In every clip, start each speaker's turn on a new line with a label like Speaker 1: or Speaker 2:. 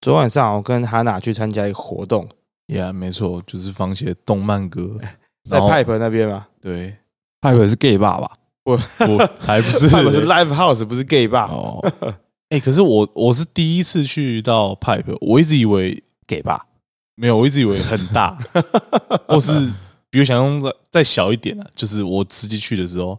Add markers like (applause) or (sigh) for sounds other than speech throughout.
Speaker 1: 昨晚上我跟哈娜去参加一个活动，
Speaker 2: ，Yeah，没错，就是放一些动漫歌，
Speaker 1: 哎在
Speaker 2: (laughs) 然后
Speaker 1: Pipe 那边嘛
Speaker 2: 对，
Speaker 3: 派克是 gay 爸吧？
Speaker 1: (laughs)
Speaker 2: 不还不是
Speaker 1: ，Pipe 是 Live House 不是 Gay 吧？
Speaker 2: 哦，哎、可是我我是第一次去到 Pipe，我一直以为
Speaker 3: gay 爸
Speaker 2: 没有，我一直以为很大，或是比我想象中的再小一点啊。就是我实际去的时候，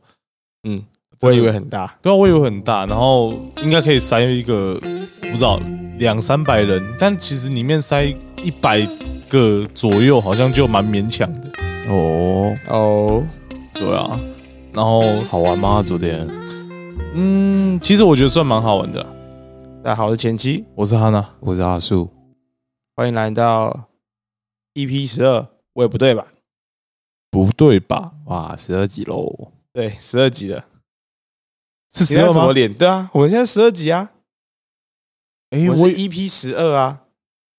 Speaker 1: 嗯，我以为很大，
Speaker 2: 对啊，我以为很大，然后应该可以塞一个不知道两三百人，但其实里面塞一百个左右，好像就蛮勉强的。
Speaker 3: 哦，
Speaker 1: 哦，
Speaker 2: 对啊，然后
Speaker 3: 好玩吗？昨天
Speaker 2: 嗯，其实我觉得算蛮好玩的啊。
Speaker 1: 大家好，我是前妻，
Speaker 2: 我是哈娜，
Speaker 3: 我是阿树，
Speaker 1: 欢迎来到 EP 十二，我也不对吧？
Speaker 2: 不对吧？
Speaker 3: 哇，十二集喽，
Speaker 1: 对，十二集了，
Speaker 2: 是
Speaker 1: 你
Speaker 2: 十
Speaker 1: 在
Speaker 2: 二
Speaker 1: 什么
Speaker 2: 吗？
Speaker 1: 脸？对啊，我们现在十二集啊，
Speaker 2: 哎、
Speaker 1: 我
Speaker 2: 我
Speaker 1: 是 EP 十二啊。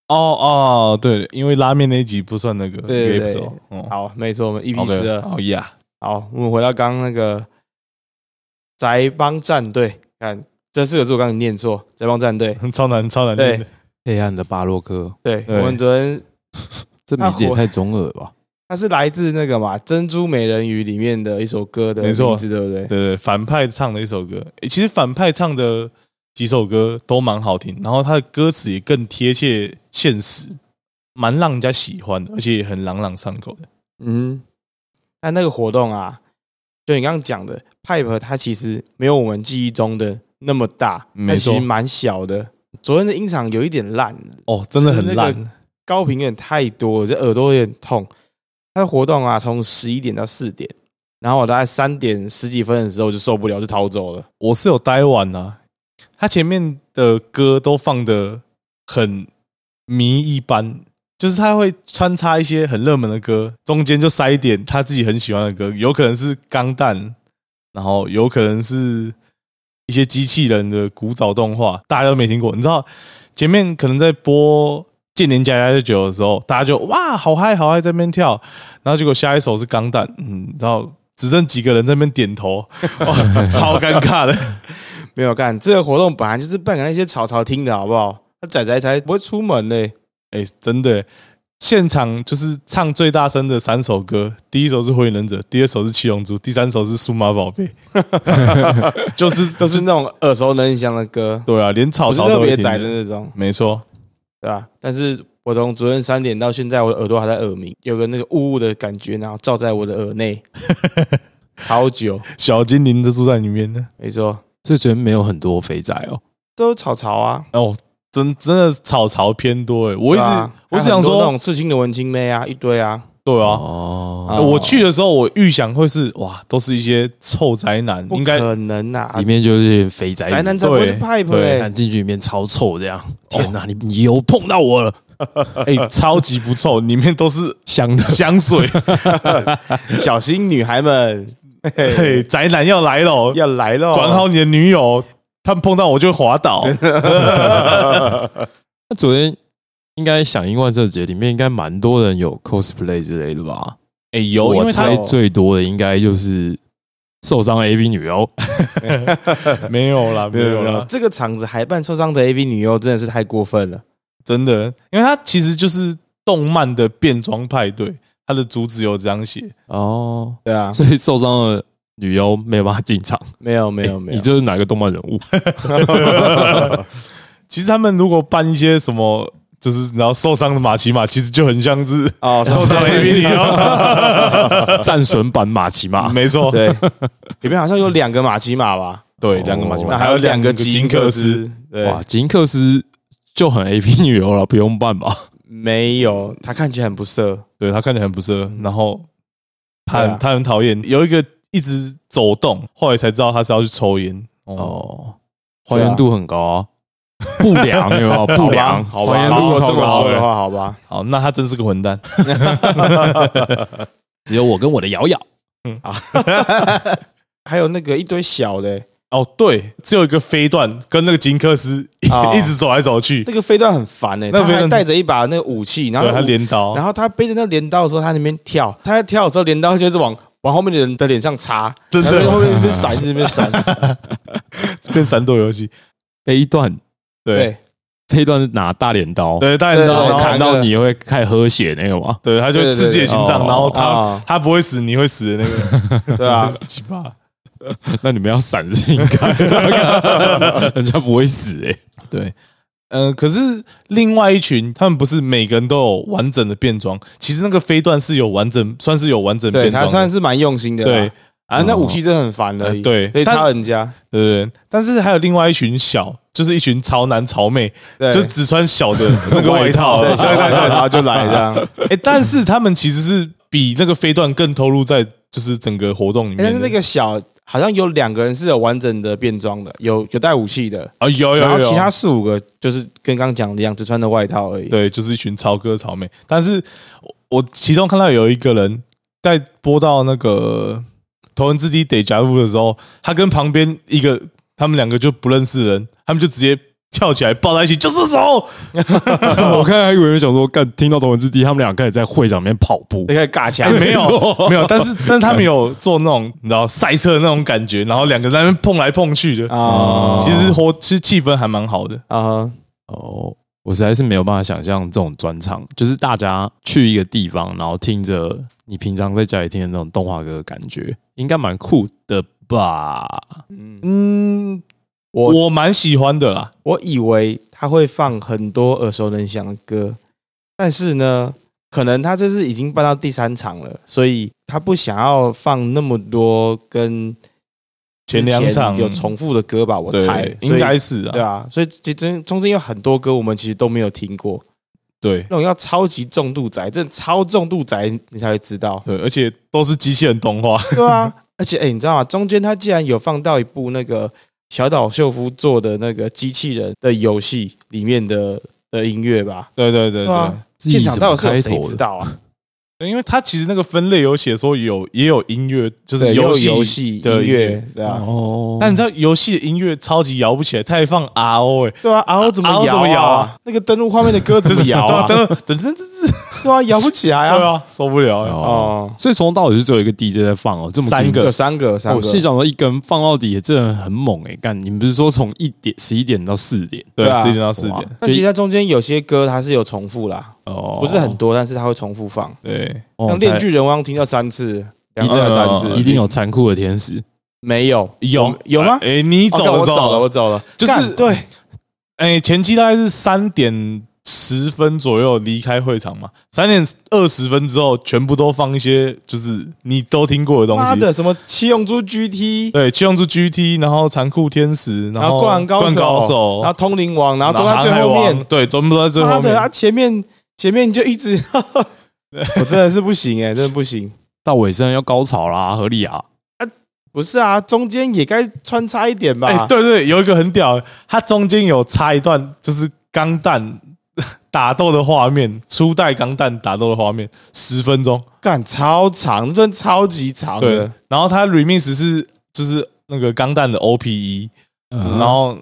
Speaker 2: 哦哦，对，因为拉面那一集不算那个，
Speaker 1: 对对对
Speaker 2: episode，嗯
Speaker 1: 好，没错，我们 EP 十
Speaker 2: OK，
Speaker 1: 二。
Speaker 2: 好呀，
Speaker 1: 好，我们回到刚刚那个宅帮战队，看这四个字我刚才念错，宅帮战队。
Speaker 2: 超难超难念的，
Speaker 3: 嗯黑暗的巴洛克，
Speaker 1: 对，
Speaker 2: 对
Speaker 1: 我们昨天
Speaker 3: (laughs) 这名字
Speaker 1: 那
Speaker 3: 也
Speaker 1: 我
Speaker 3: 太中二了吧？
Speaker 1: 它是来自那个嘛《珍珠美人鱼》里面的一首歌的
Speaker 2: 没错
Speaker 1: 名字，对不对？
Speaker 2: 对对，反派唱的一首歌、诶其实反派唱的几首歌都蛮好听，然后他的歌词也更贴切现实，蛮让人家喜欢的，而且也很朗朗上口的。
Speaker 1: 嗯，但那个活动啊，就你刚刚讲的，Pipe 它其实没有我们记忆中的那么大，
Speaker 2: 没
Speaker 1: 它其
Speaker 2: 错
Speaker 1: 实蛮小的。昨天的音场有一点烂，
Speaker 2: 哦，真的
Speaker 1: 就是
Speaker 2: 很
Speaker 1: 那
Speaker 2: 烂
Speaker 1: 个，高频有点太多了，这耳朵有点痛。它的活动啊，从十一点到四点，然后我大概三点十几分的时候我就受不了，就逃走了。
Speaker 2: 我是有待完啊。他前面的歌都放的很迷一般，就是他会穿插一些很热门的歌，中间就塞一点他自己很喜欢的歌，有可能是钢弹，然后有可能是一些机器人的古早动画，大家都没听过。你知道前面可能在播《剑年家家酒》的时候，大家就哇好嗨好嗨在那边跳，然后结果下一首是钢弹，嗯，然后只剩几个人在那边点头，哇， (laughs) 超尴尬的。
Speaker 1: 没有干这个活动，本来就是办给那些草草听的，好不好？那仔仔才不会出门嘞。
Speaker 2: 哎、真的耶，现场就是唱最大声的三首歌，第一首是《火影忍者》，第二首是《七龙珠》，第三首是《数码宝贝》，就是
Speaker 1: 都是那种耳熟能详的歌，
Speaker 2: 对啊，连 (laughs) 草
Speaker 1: 不是
Speaker 2: 草
Speaker 1: 特
Speaker 2: 都
Speaker 1: 别
Speaker 2: 会听
Speaker 1: 窄的
Speaker 2: 的，
Speaker 1: 那种，
Speaker 2: 没错，
Speaker 1: 对吧、但是我从昨天三点到现在，我的耳朵还在耳鸣，有个那个雾雾的感觉，然后照在我的耳
Speaker 2: (laughs)
Speaker 1: 内，超久。
Speaker 2: 小精灵都住在里面呢。
Speaker 1: 没错，
Speaker 3: 所以昨天没有很多肥仔哦，
Speaker 1: 都草草啊。
Speaker 2: 哦，真真的草草偏多哎，我一
Speaker 1: 对
Speaker 2: 直、
Speaker 1: 啊
Speaker 2: 我
Speaker 1: 还
Speaker 2: 只想
Speaker 1: 很多那
Speaker 2: 说，
Speaker 1: 种刺青的文青妹啊，一堆啊，
Speaker 2: 对啊。
Speaker 3: 哦，
Speaker 1: 啊
Speaker 2: 我去的时候，我预想会是哇，都是一些臭宅男，
Speaker 1: 不
Speaker 2: 应该
Speaker 1: 可能啊
Speaker 3: 里，面就是肥仔
Speaker 1: 宅男哦才不会是
Speaker 2: 对
Speaker 1: pipe
Speaker 2: 对
Speaker 1: 欸
Speaker 3: 看进去里面超臭这样，天哪，你你又碰到我了，
Speaker 2: 哎、超级不臭，里面都是
Speaker 3: 香的，
Speaker 2: 香 (laughs)
Speaker 1: (laughs)
Speaker 2: 水，
Speaker 1: 小心女孩们
Speaker 2: 嘿嘿，宅男要来了，哦
Speaker 1: 要来喽！
Speaker 2: 管好你的女友，他们碰到我就会滑倒。
Speaker 3: 那昨天应该响应万圣节，里面应该蛮多人有 cosplay 之类的吧？
Speaker 2: 哎、有，因
Speaker 3: 我
Speaker 2: 为他
Speaker 3: 猜最多的应该就是受伤 AV 女优，
Speaker 2: 没有啦，没
Speaker 1: 没有
Speaker 2: 有
Speaker 1: 没有，
Speaker 2: 啦，
Speaker 1: 这个场子还办受伤的 AV 女优真的是太过分了。
Speaker 2: 真的，因为他其实就是动漫的变装派对，他的主旨有这样写。
Speaker 3: 哦，
Speaker 1: 对啊，
Speaker 3: (laughs) 所以受伤的女优没有办法进场。哎
Speaker 1: 没有没有没有，
Speaker 3: 你这是哪个动
Speaker 1: (laughs)
Speaker 3: 漫人物？
Speaker 2: 其实他们如果办一些什么，就是然后受伤的马奇马，其实就很像是
Speaker 1: 哦，
Speaker 2: 受伤 AV 女优。
Speaker 3: 战神版马奇马，
Speaker 2: 没错，
Speaker 1: (laughs) 对，里面好像有两个马奇马吧，
Speaker 2: 对，两个马奇马，
Speaker 1: 那
Speaker 2: 还
Speaker 1: 还有
Speaker 2: 有
Speaker 1: 两
Speaker 2: 两
Speaker 1: 个
Speaker 2: 个
Speaker 1: 吉
Speaker 2: 基
Speaker 1: 因
Speaker 2: 因
Speaker 1: 克
Speaker 2: 克斯。
Speaker 1: 斯，对
Speaker 3: 哇，，吉克斯就很 A P 女优了，不用办吧？
Speaker 1: 没有，他看起来很不色，
Speaker 2: 对他看起来很不适合，然后他
Speaker 1: 对啊
Speaker 2: 很他很讨厌，有一个一直走动，后来才知道他是要去抽烟。哦，
Speaker 3: 哦，还原度很高啊， (laughs) 不良有 (laughs) 没有？
Speaker 1: 好
Speaker 3: 不
Speaker 1: 吧，
Speaker 3: 良，
Speaker 1: 好
Speaker 3: 还
Speaker 1: 吧，
Speaker 3: 原
Speaker 1: 如
Speaker 3: 度
Speaker 1: 果这
Speaker 3: 超
Speaker 1: 么
Speaker 3: 高
Speaker 1: 说的
Speaker 3: 的，
Speaker 1: 话，好吧，
Speaker 2: 好，那他真是个混蛋。
Speaker 3: 只有我跟我的瑶瑶。
Speaker 1: 还有那个一堆小的，欸
Speaker 2: 哦，对，只有一个飞段跟那个金克斯一
Speaker 1: 哦
Speaker 2: (laughs) 一直走来走去，
Speaker 1: 那个飞段很烦诶，他
Speaker 2: 那个飞
Speaker 1: 还
Speaker 2: 段
Speaker 1: 带着一把那个武器，然后
Speaker 2: 对他镰刀，
Speaker 1: 然后他背着那镰刀的时候，他在那边跳，他在跳的时候，镰刀就是往往后面的人的脸上插，
Speaker 2: 真
Speaker 1: 然后
Speaker 2: 的
Speaker 1: 后面一边闪，一直一边闪，
Speaker 2: 变闪躲游戏。
Speaker 3: A 段
Speaker 2: (laughs) 对
Speaker 1: 对，
Speaker 3: 配段是拿大镰刀，
Speaker 2: 对，大镰
Speaker 1: 对
Speaker 3: 然
Speaker 2: 刀
Speaker 3: 后
Speaker 2: 然后
Speaker 3: 砍
Speaker 1: 砍
Speaker 3: 到
Speaker 1: 的
Speaker 3: 你会开始喝血那个嘛？
Speaker 2: 对，他就会
Speaker 1: 对对
Speaker 2: 刺自己
Speaker 1: 对
Speaker 2: 的心脏，
Speaker 3: 哦
Speaker 2: 然后他
Speaker 1: 哦
Speaker 2: 他不会死，你会死的那个，
Speaker 1: 对啊，
Speaker 2: 奇葩。
Speaker 3: (laughs) 那你们要闪是应该 (laughs) 的，人家不会死哎、
Speaker 2: 对，呃，可是另外一群，他们不是每个人都有完整的变装，其实那个飞段是有完整，算是有完整
Speaker 1: 对
Speaker 2: (laughs) 变装
Speaker 1: 他
Speaker 2: 的，
Speaker 1: 算是蛮用心的啦。
Speaker 2: 对
Speaker 1: 啊，那武器真的很烦而
Speaker 2: 呃
Speaker 1: 已，
Speaker 2: 对
Speaker 1: 可以
Speaker 2: 但
Speaker 1: 插人家，
Speaker 2: 对对。但是还有另外一群小，就是一群潮男潮妹，
Speaker 1: 对，
Speaker 2: 就只穿小的那个外
Speaker 1: (laughs)
Speaker 2: 套， (laughs)
Speaker 1: 对，
Speaker 2: 对
Speaker 1: 小
Speaker 2: 对
Speaker 1: 外套
Speaker 2: 对
Speaker 1: 然后就来这
Speaker 2: (laughs)
Speaker 1: 样。
Speaker 2: 对。哎，但是他们其实是比那个飞段更投入在就是整个活动里面的。
Speaker 1: 但是那个小好像有两个人是有完整的变装的，有有带武器的，
Speaker 2: 啊，有有
Speaker 1: 然
Speaker 2: 有
Speaker 1: 后
Speaker 2: 有，
Speaker 1: 其他四五个就是跟刚讲的一样，只穿的外套而已。
Speaker 2: 对，就是一群潮哥潮妹。但是我我其中看到有一个人在播到那个头文字 D 得加入的时候，他跟旁边一个他们两个就不认识的人，他们就直接跳起来抱在一起，就是手。
Speaker 3: (laughs) 我刚才还以为想说，干听到头文字 D 他们俩开始在会场里面跑步
Speaker 1: 那，个尬
Speaker 2: 哎
Speaker 1: 枪，
Speaker 2: (laughs) 没有
Speaker 3: 没错
Speaker 2: 没有，但是但是他们有做那种你知道赛车的那种感觉，然后两个在那边碰来碰去的。
Speaker 1: 啊，
Speaker 2: 其实活其实气氛还蛮好的，
Speaker 1: 啊，
Speaker 3: 哦，我实在是没有办法想象这种专场，就是大家去一个地方，然后听着你平常在家里听的那种动画歌的感觉，应该蛮酷的吧？
Speaker 1: 嗯，
Speaker 2: 嗯，
Speaker 1: 我
Speaker 2: 我蛮喜欢的啦。
Speaker 1: 我以为他会放很多耳熟能详的歌，但是呢，可能他这次已经办到第三场了，所以他不想要放那么多跟
Speaker 2: 前两场
Speaker 1: 之前有重复的歌吧，我猜
Speaker 2: 对，，应
Speaker 1: 所
Speaker 2: 该
Speaker 1: 以
Speaker 2: 是
Speaker 1: 对
Speaker 2: 啊，
Speaker 1: 啊，所以其实中间有很多歌我们其实都没有听过，
Speaker 2: 对，
Speaker 1: 那种要超级重度宅，真的超重度宅你才会知道
Speaker 2: 对，而且都是机器人动画。 (laughs)
Speaker 1: 对啊，而且哎、你知道吗？中间他竟然有放到一部那个小岛秀夫做的那个机器人的游戏里面的的音乐吧，
Speaker 2: 对对对
Speaker 1: 对
Speaker 2: 对
Speaker 1: 啊，现场到底是有
Speaker 3: 开
Speaker 1: 谁
Speaker 3: 头
Speaker 1: 知
Speaker 3: 的？
Speaker 1: 道啊？
Speaker 2: 因为它其实那个分类有写说有也有音乐，就是
Speaker 1: 对，有
Speaker 2: 戏
Speaker 1: 游戏
Speaker 2: 的
Speaker 1: 音乐，，对啊，
Speaker 3: 哦，
Speaker 2: 但你知道游戏的音乐超级摇不起来，它还放 RO 哎、
Speaker 1: 对啊，然后怎
Speaker 2: 啊
Speaker 1: 么
Speaker 2: 怎么摇
Speaker 1: 摇
Speaker 2: 啊
Speaker 1: 啊？那个登录画面的歌怎么摇啊？
Speaker 2: (laughs) 对啊，等等等等，
Speaker 1: 对啊，摇不起来
Speaker 2: 对
Speaker 1: 啊。
Speaker 2: 啊，受不了、欸。
Speaker 3: 哦，
Speaker 1: 哦，
Speaker 3: 所以从头到尾就只有一个 DJ 在放哦，这么
Speaker 2: 三
Speaker 3: 听
Speaker 2: 个
Speaker 1: 有三个，三
Speaker 3: 我
Speaker 1: 个，
Speaker 3: 心哦想说一根放到底，这人很猛哎、干，你们不是说从一点十一点到四点？
Speaker 2: 对，
Speaker 1: 对啊
Speaker 2: 十一点到四点，
Speaker 1: 但其实它中间有些歌它是有重复啦，
Speaker 3: 哦，
Speaker 1: 不是很多，但是它会重复放。
Speaker 2: 对，
Speaker 3: 哦
Speaker 1: 像《电锯人》，我好像听到三次，两
Speaker 3: 一
Speaker 1: 次还是三
Speaker 3: 定
Speaker 1: 次，
Speaker 3: 一定有残酷的天使，
Speaker 1: 没有？
Speaker 2: 有
Speaker 1: 有吗
Speaker 2: 哎、你
Speaker 1: 你
Speaker 2: 走
Speaker 1: 我
Speaker 2: 的时
Speaker 1: 走了，
Speaker 2: 候，
Speaker 1: 我走了，
Speaker 2: 就是
Speaker 1: 干对，
Speaker 2: 哎、前期大概是三点十分左右离开会场嘛，三点二十分之后，全部都放一些就是你都听过的东
Speaker 1: 妈
Speaker 2: 西。
Speaker 1: 的，什么《七龙珠 GT》，
Speaker 2: 对，七龙珠 GT，然后残酷天使，
Speaker 1: 然后《灌
Speaker 2: 灌
Speaker 1: 篮高手》，
Speaker 2: 手
Speaker 1: 然后《通灵王》，然后都在最
Speaker 2: 航海
Speaker 1: 后面
Speaker 2: 王，对，全部都在最
Speaker 1: 妈
Speaker 2: 后
Speaker 1: 的，他啊
Speaker 2: 面。
Speaker 1: 前面前面就一直， (laughs) 我真的是不行哎、真的不行。
Speaker 3: 到尾声要高潮啦，合理啊。
Speaker 1: 不是啊，中间也该穿插一点吧？
Speaker 2: 哎，对对，有一个很屌，它中间有插一段就是钢弹 (laughs) 打斗的画面，初代钢弹打斗的画面，十分钟。
Speaker 1: 干超长，这段超级长
Speaker 2: 对
Speaker 1: 的。，
Speaker 2: 然后它 remix 是就是那个钢弹的 OPE，然
Speaker 3: 啊嗯
Speaker 2: 后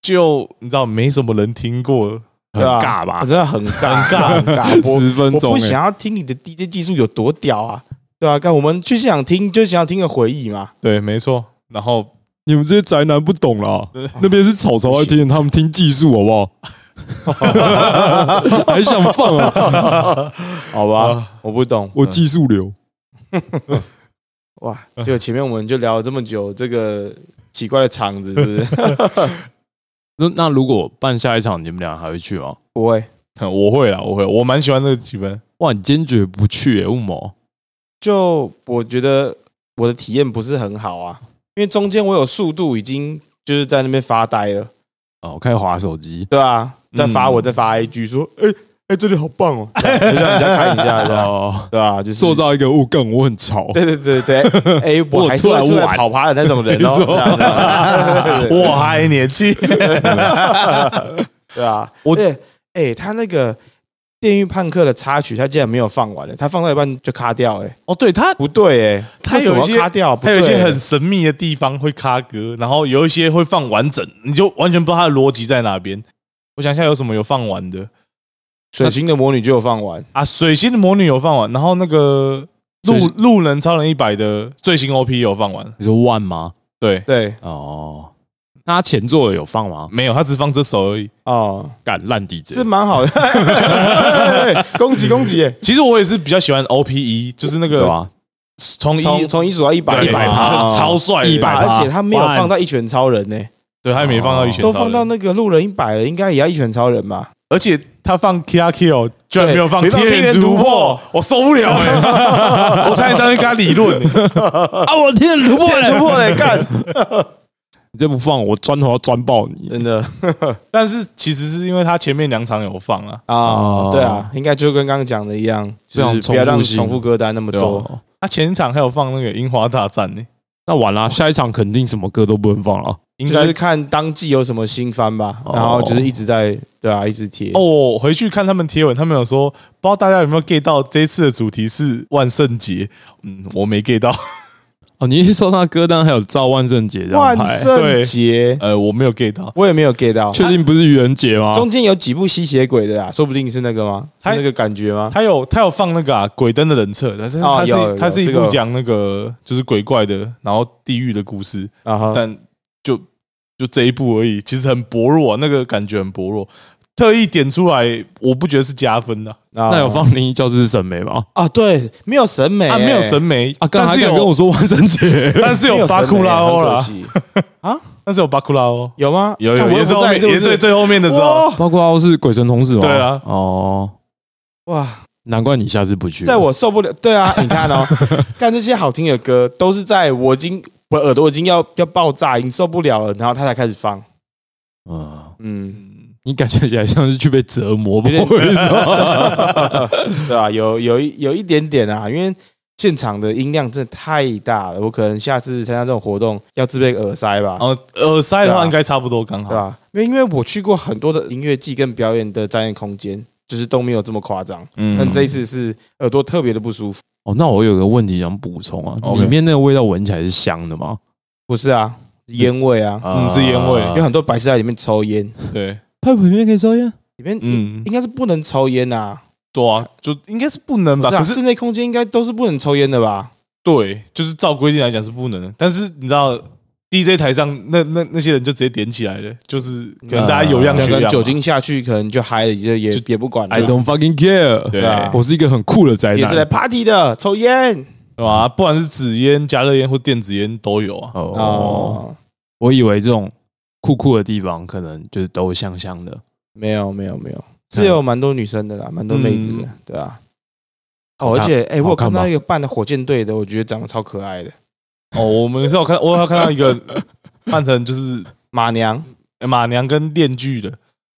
Speaker 2: 就你知道没什么人听过，
Speaker 3: 很
Speaker 1: 对啊
Speaker 3: 尬吧
Speaker 1: 我？真的很尬，很尬。我
Speaker 3: 十分
Speaker 1: 我
Speaker 3: 钟
Speaker 1: 不
Speaker 3: 欸，
Speaker 1: 想要听你的 DJ 技术有多屌啊！对啊，干我们就想听，就想要听个回忆嘛。
Speaker 2: 对，没错。然后
Speaker 3: 你们这些宅男不懂啦，那边是草草在听，他们听技术好不 (laughs) 好？还想放啊？ (laughs)
Speaker 1: 好吧，我不懂
Speaker 3: 我技术流，
Speaker 1: 哇！就前面我们就聊了这么久，这个奇怪的场子是不 (laughs) 是？
Speaker 3: 那那如果办下一场，你们俩还会去吗？
Speaker 1: 不会，
Speaker 2: 哼嗯我会啦，我会，我蛮喜欢这个气氛。
Speaker 3: 哇，你坚决不去、欸，为什么？
Speaker 1: 就我觉得我的体验不是很好啊，因为中间我有速度已经就是在那边发呆了，
Speaker 3: 哦，我开始划手机。
Speaker 1: 对啊，在发
Speaker 2: 嗯
Speaker 1: 我在发 IG 说，哎、哎、这里好棒 (laughs) 哦，这样就让人家看一下， (laughs) 对吧？
Speaker 3: 哦，
Speaker 1: 对啊，就是
Speaker 3: (laughs) 塑，造一个我更我很潮，
Speaker 1: 对对对 (laughs) 对，哎、我还是
Speaker 3: 我
Speaker 1: 会
Speaker 3: 出
Speaker 1: 出
Speaker 3: 来
Speaker 1: 来
Speaker 3: 玩
Speaker 1: 跑趴的那种人 (laughs) 哦，
Speaker 3: 你说
Speaker 1: 这样 (laughs) 对对对
Speaker 2: 我还年轻，
Speaker 1: 对啊，
Speaker 2: 我
Speaker 1: 我哎、他那个。电狱判客的插曲，他竟然没有放完了，他放到一半就卡掉、哎，
Speaker 2: 哦，对他，
Speaker 1: 不对、哎，
Speaker 2: 他
Speaker 1: 为什
Speaker 2: 有一
Speaker 1: 么
Speaker 2: 些
Speaker 1: 要卡掉，不
Speaker 2: 它有一
Speaker 1: 对
Speaker 2: 些很神秘的地方会卡歌，然后有一些会放完整，你就完全不知道它的逻辑在哪边。我想一下有什么有放完的
Speaker 1: 水星的魔女就有放完，
Speaker 2: 啊？水星的魔女有放完，然后那个路
Speaker 3: 水星
Speaker 2: 路人超人一百的最新 OP 有放完，
Speaker 3: 你说万吗？
Speaker 2: 对，
Speaker 1: 对，
Speaker 3: 哦，那他前作有放吗？
Speaker 2: 没有，他只放这首而已。
Speaker 1: 哦，
Speaker 3: 干烂
Speaker 1: 是
Speaker 3: DJ，
Speaker 1: 蛮好的， (laughs) 哎攻
Speaker 2: 嗯
Speaker 1: 击攻击，哎
Speaker 2: 其实我也是比较喜欢 O P E，就是那
Speaker 3: 对
Speaker 2: 个
Speaker 3: 吧？
Speaker 2: 从一
Speaker 1: 从从一数到一百，
Speaker 2: 对
Speaker 3: 100
Speaker 1: 哦
Speaker 2: 就超帅的，
Speaker 3: 100
Speaker 1: 啊而且他没有
Speaker 3: 哇
Speaker 1: 放到一拳超人呢，
Speaker 2: 对他也没放到一拳，
Speaker 1: 都放到，那个路人一百了，应该也要一拳超人吧？
Speaker 2: 而且他放 K R Kill 居然没有放
Speaker 1: 没放
Speaker 2: 天
Speaker 1: 天
Speaker 2: 元
Speaker 1: 元突
Speaker 2: 突破
Speaker 1: 破，
Speaker 2: 我受不了
Speaker 1: (laughs)
Speaker 2: 哎！我差点上去跟他理论欸，
Speaker 3: 啊，我天，突破
Speaker 1: 天突
Speaker 3: 了！
Speaker 1: 破嘞，
Speaker 2: (laughs)
Speaker 1: 干，
Speaker 3: (laughs) 你再不放，我砖头要砖爆你！
Speaker 1: 真的
Speaker 2: 但是其实是因为他前面两场有放啊，
Speaker 1: 啊，对啊，应该就跟刚刚讲的一样，
Speaker 3: 这样
Speaker 1: 就是不要让
Speaker 3: 重复性
Speaker 1: 重复歌单那么
Speaker 3: 对
Speaker 1: 多。
Speaker 3: 吧？
Speaker 2: 他前一场还有放那个樱花大战欸呢，
Speaker 3: 那完了，下一场肯定什么歌都不能放了。
Speaker 2: 应
Speaker 1: 就
Speaker 2: 该
Speaker 1: 是看当季有什么新番吧，
Speaker 3: 哦
Speaker 1: 然后就是一直在对啊，一直贴
Speaker 2: 哦，。我回去看他们贴文，他们有说，不知道大家有没有 get 到这一次的主题是万圣节，嗯，我没 get 到，
Speaker 3: 哦，你是说那歌单还有赵万圣节这样
Speaker 1: 万
Speaker 3: 拍？
Speaker 1: 圣啊节
Speaker 2: 呃，我没有 get 到，
Speaker 1: 我也没有 get 到，
Speaker 3: 确定不是愚人节
Speaker 2: 啊
Speaker 3: 吗？
Speaker 1: 中间有几部吸血鬼的啊，说不定是那个吗？是
Speaker 2: 还
Speaker 1: 那个感觉吗？
Speaker 2: 他有他有放那个啊鬼灯的人设，但是
Speaker 1: 哦
Speaker 2: 他是、
Speaker 1: 有有
Speaker 2: 他是一
Speaker 1: 这个
Speaker 2: 部
Speaker 1: 有
Speaker 2: 讲那个就是鬼怪的，然后地狱的故事，
Speaker 1: 啊哈，
Speaker 2: 但就就这一部而已，其实很薄弱、啊，那个感觉很薄弱，特意点出来，我不觉得是加分的啊
Speaker 3: 那
Speaker 1: 那
Speaker 3: 有放灵异教室审美吗？
Speaker 1: 啊？对，没有审美
Speaker 2: 啊，
Speaker 1: 欸
Speaker 2: 没有审，美
Speaker 3: 啊，刚
Speaker 2: 但
Speaker 3: 才
Speaker 2: 是
Speaker 3: 敢
Speaker 1: (laughs)
Speaker 2: 有
Speaker 3: 跟我说万圣
Speaker 2: (laughs)
Speaker 3: 节
Speaker 2: 但是
Speaker 1: 没
Speaker 2: 有
Speaker 1: 有
Speaker 2: 巴
Speaker 1: 审
Speaker 2: 库
Speaker 1: 美
Speaker 2: 拉
Speaker 1: 欸
Speaker 2: 欧
Speaker 1: 很可
Speaker 2: 啦，
Speaker 1: 惜
Speaker 2: 但是有巴库拉欧。
Speaker 1: 有吗？
Speaker 2: (laughs) 有有，
Speaker 1: 看我
Speaker 2: 也
Speaker 1: 又
Speaker 2: 是
Speaker 1: 不
Speaker 2: 后
Speaker 1: 在，
Speaker 2: 面，
Speaker 1: 是不
Speaker 2: 也是最
Speaker 1: 是？
Speaker 2: 最后面的时候，
Speaker 3: 包括是鬼神童子吗？
Speaker 2: 对啊
Speaker 3: 哦，
Speaker 1: 哇，
Speaker 3: 难怪你下次不去了。
Speaker 1: 在我受不了，对啊，你 (laughs) 看哦，看这些好听的歌都是在我已经我耳朵已经要要爆炸，已经受不了了，然后他才开始放，
Speaker 3: 嗯，
Speaker 1: 嗯，
Speaker 3: 你感觉起来像是去被折磨，不
Speaker 1: 有点
Speaker 3: 为什么？
Speaker 1: 对啊，有有一有一点点啊，因为现场的音量真的太大了，我可能下次参加这种活动要自备个耳塞吧，
Speaker 2: 哦，耳塞的
Speaker 1: 对
Speaker 2: 话
Speaker 1: 啊
Speaker 2: 应该差不多刚
Speaker 1: 对
Speaker 2: 好。
Speaker 1: 吧、因为因为我去过很多的音乐季跟表演的展演空间，就是都没有这么夸张，
Speaker 2: 嗯
Speaker 1: 但这一次是耳朵特别的不舒服。
Speaker 3: 哦，那我有个问题想补充啊，
Speaker 2: OK
Speaker 3: 里面那个味道闻起来是香的吗？
Speaker 1: 不是啊，烟味啊，
Speaker 2: 嗯是烟味
Speaker 1: 有很多白痴在里面抽烟，里
Speaker 2: 对，
Speaker 3: 派普里面可以抽烟，
Speaker 1: 面应
Speaker 2: 嗯，
Speaker 1: 应该是不能抽烟啊，
Speaker 2: 对啊，就应该是不能
Speaker 1: 不
Speaker 2: 吧？
Speaker 1: 是啊，
Speaker 2: 嗯可是
Speaker 1: 室内空间应该都是不能抽烟的吧？
Speaker 2: 对，就是照规定来讲是不能的。但是你知道，DJ 台上那那那些人就直接点起来了，就是可能大家啊有样
Speaker 1: 那
Speaker 2: 学
Speaker 1: 跟
Speaker 2: 样嘛。
Speaker 1: 酒精下啊去可能就嗨了，就也
Speaker 2: 就
Speaker 1: 也不管了
Speaker 3: ，I，don't fucking care。
Speaker 2: 对
Speaker 1: 对啊
Speaker 3: 我是一个很酷的宅
Speaker 1: 也是来
Speaker 3: 男。
Speaker 1: party 的，抽烟
Speaker 2: 对吧？不管是纸烟、加热烟或电子烟都有啊。
Speaker 3: 哦，
Speaker 1: 哦，
Speaker 3: 我以为这种酷酷的地方可能就是都香香的。
Speaker 1: 没有没有没有，是有蛮多女生的啦，蛮多妹子的
Speaker 2: 嗯，
Speaker 1: 对啊。
Speaker 3: 好
Speaker 1: 哦，而
Speaker 3: 看
Speaker 1: 且哎、我
Speaker 3: 好
Speaker 1: 有
Speaker 3: 看
Speaker 1: 看到
Speaker 3: 吗
Speaker 1: 一个扮的火箭队的，我觉得长得超可爱的
Speaker 2: (laughs) 哦，我们是有看，我有看到一 (laughs) 个扮成就是
Speaker 1: 马娘。
Speaker 2: 马娘跟电锯的，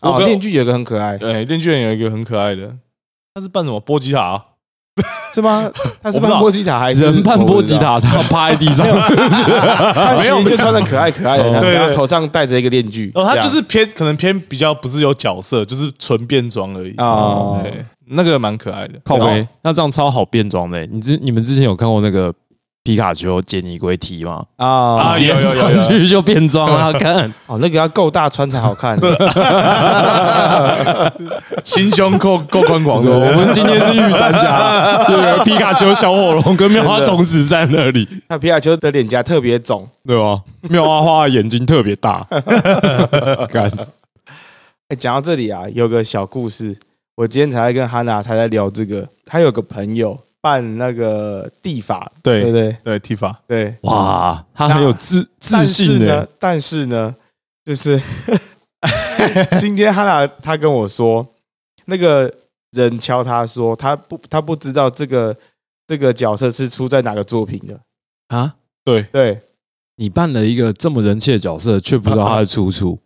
Speaker 2: 我
Speaker 1: 哦，
Speaker 2: 跟
Speaker 1: 面具有个很可
Speaker 2: (laughs)
Speaker 1: 爱，
Speaker 2: 对，电锯人有一个很可爱的，他是扮什么波吉塔啊？
Speaker 1: 是吗？他是
Speaker 2: 我不知
Speaker 1: 扮
Speaker 2: 道
Speaker 1: 波吉塔还是
Speaker 3: 人半波吉？他，他趴在地
Speaker 2: (laughs)
Speaker 3: 上，
Speaker 1: 他
Speaker 2: 没
Speaker 1: 其
Speaker 2: 有
Speaker 1: 实就穿的可爱可爱的，
Speaker 3: 哦
Speaker 1: 然后
Speaker 2: 对
Speaker 1: 然后
Speaker 2: 对
Speaker 1: 头上戴着一个面具。
Speaker 2: 哦，
Speaker 1: 这
Speaker 2: 他
Speaker 1: 样
Speaker 2: 就是偏可能偏比较不是有角色，就是纯变装而已啊。
Speaker 1: 哦，
Speaker 2: 对，那个蛮可爱的。
Speaker 3: 靠
Speaker 2: 然
Speaker 3: 背
Speaker 2: 后，
Speaker 3: 那这样超好变装的欸。你之你们之前有看过那个皮卡丘杰尼龟 T 吗？
Speaker 1: 啊
Speaker 2: 啊
Speaker 3: 直接
Speaker 2: 有有有有
Speaker 3: 上去就变装
Speaker 2: (laughs)
Speaker 3: 啊！看，
Speaker 1: 哦，那个要够大穿才好看。
Speaker 2: 心胸够够宽广 (laughs)
Speaker 3: 是吧我
Speaker 2: 的。
Speaker 3: 们今天是御三
Speaker 2: (laughs)
Speaker 3: 家，对，皮卡丘、小火龙跟妙蛙种子在那里，
Speaker 1: 他皮卡丘的脸颊特别肿
Speaker 3: 对吧？妙蛙花的眼睛特别大，看，
Speaker 1: 哎，讲到这里啊，有个小故事，我今天才在跟哈娜才在聊这个。他有个朋友办那个地法，对不
Speaker 2: 对
Speaker 1: 对？
Speaker 2: 对，T 法
Speaker 1: 对，
Speaker 3: 哇，他很有自自
Speaker 1: 但是
Speaker 3: 信欸
Speaker 1: 呢
Speaker 2: 欸
Speaker 3: 的，，
Speaker 1: 但是呢，就是 (laughs) 今天哈娜她跟我说，那个人敲他说，他不他不知道这个这个角色是出在哪个作品的。
Speaker 3: 啊！
Speaker 2: 对，
Speaker 1: 对，
Speaker 3: 你扮了一个这么人气的角色，却不知道他的出处，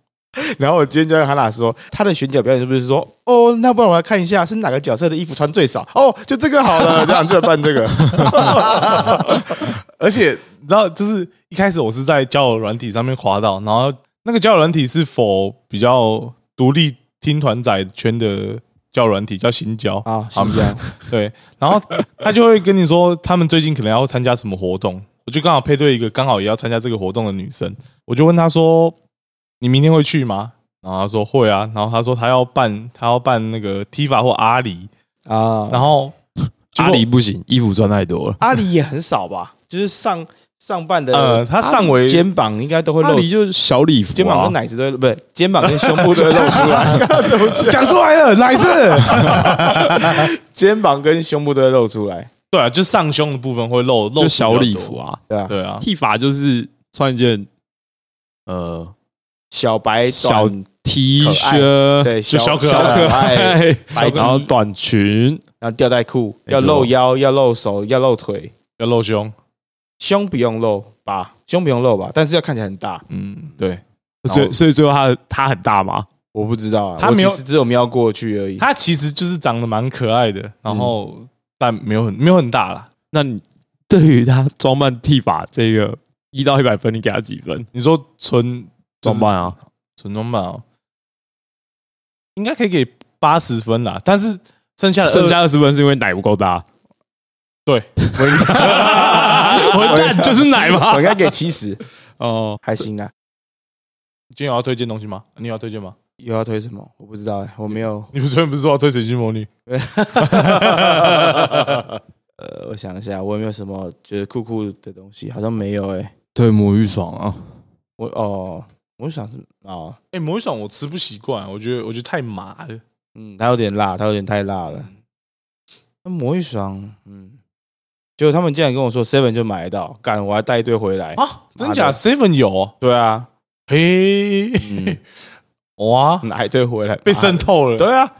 Speaker 1: 然后我今天就跟哈娜说，他的选角表演是不是说，哦，那不然我来看一下是哪个角色的衣服穿最少？哦，就这个好了，这样就来办这个。 (laughs)
Speaker 2: 而且你知道，就是一开始我是在交友软体上面滑到，然后那个交友软体是否比较独立听团仔圈的交友软体，叫新交
Speaker 1: 好，行啊这样。
Speaker 2: 对，然后他就会跟你说，他们最近可能要参加什么活动。我就刚好配对一个刚好也要参加这个活动的女生，我就问她说：“你明天会去吗？”然后她说：“会啊。”然后她说：“她要办，她要办那个 Tifa 或阿里。”
Speaker 1: 啊，
Speaker 2: 然后
Speaker 3: 阿里不行，衣服穿太多了。
Speaker 1: 阿里也很少吧，就是上上半的
Speaker 2: 呃，他上围
Speaker 1: 肩膀应该都会
Speaker 3: 那
Speaker 1: 露，
Speaker 3: 里就是小礼服、啊，
Speaker 1: 肩膀跟奶子都会，不是肩膀跟胸部都会露出
Speaker 2: (laughs)
Speaker 1: 来，
Speaker 2: 讲出来了，哪一次？
Speaker 1: (laughs) 肩膀跟胸部都会露出来，
Speaker 2: 对啊，就上胸的部分会露露
Speaker 3: 就
Speaker 2: 出
Speaker 3: 小
Speaker 2: 比
Speaker 3: 礼
Speaker 2: 较多
Speaker 3: 服，啊。
Speaker 1: 对吧？
Speaker 2: 对啊，
Speaker 3: 剃发就是穿一件呃
Speaker 1: 小白
Speaker 3: 小
Speaker 1: 短
Speaker 3: T
Speaker 1: 可爱
Speaker 3: 恤， (laughs)
Speaker 1: 对
Speaker 2: 就小可
Speaker 1: 小
Speaker 2: 爱
Speaker 1: 可
Speaker 2: (laughs)
Speaker 1: 爱，
Speaker 3: 爱，
Speaker 1: 白 T
Speaker 3: 然后短裙，
Speaker 1: 然后吊带裤，
Speaker 3: 没
Speaker 1: 要
Speaker 3: 错
Speaker 1: 露腰，要露手，要露腿，
Speaker 2: 要露胸，
Speaker 1: 胸不用露吧，胸不用露吧，但是要看起来很大，
Speaker 3: 嗯，对。
Speaker 1: 后
Speaker 3: 所以所以最后他他很大嘛，
Speaker 1: 我不知道啊，
Speaker 2: 他没有
Speaker 1: 我其实只有瞄过去而已。
Speaker 2: 他其实就是长得蛮可爱的，然后、但没有很没有很大啦。
Speaker 3: 那你对于他装扮剃发这个一到一百分，你给他几分？
Speaker 2: 你说纯
Speaker 3: 装扮啊，
Speaker 2: 纯装扮哦，应该可以给八十分啦，但是剩下的
Speaker 3: 剩下二十分是因为奶不够大，
Speaker 2: 对
Speaker 3: (laughs)
Speaker 1: 我应该
Speaker 3: 混蛋就是奶嘛
Speaker 1: 我。应该给七十，
Speaker 2: 哦，
Speaker 1: 还行啊。
Speaker 2: 今天有要推荐东西吗？你有要推荐吗？
Speaker 1: 有要推什么？我不知道哎、我没有。
Speaker 2: 你不昨天不是说要推《水晶魔女》？
Speaker 1: (laughs) 呃，我想一下，我有没有什么觉得酷酷的东西？好像没有哎、
Speaker 3: 对，沐浴爽啊，
Speaker 1: 我哦，我想是哦，
Speaker 2: 哎、魔芋爽我吃不习惯，我觉得我觉得太麻了。
Speaker 1: 嗯，它有点辣，它有点太辣了。
Speaker 2: 嗯
Speaker 1: 那魔芋爽，嗯，结果他们竟然跟我说 Seven 就买得到，干，我还带一堆回来。
Speaker 2: 啊，
Speaker 1: 麻
Speaker 2: 真假
Speaker 1: 的
Speaker 2: ？seven 有哦，
Speaker 1: 对啊，
Speaker 2: 嘿， (laughs)
Speaker 1: 嗯，
Speaker 2: 哇，
Speaker 1: 拿一堆回来，
Speaker 2: 被渗透了。
Speaker 1: (laughs) 对啊。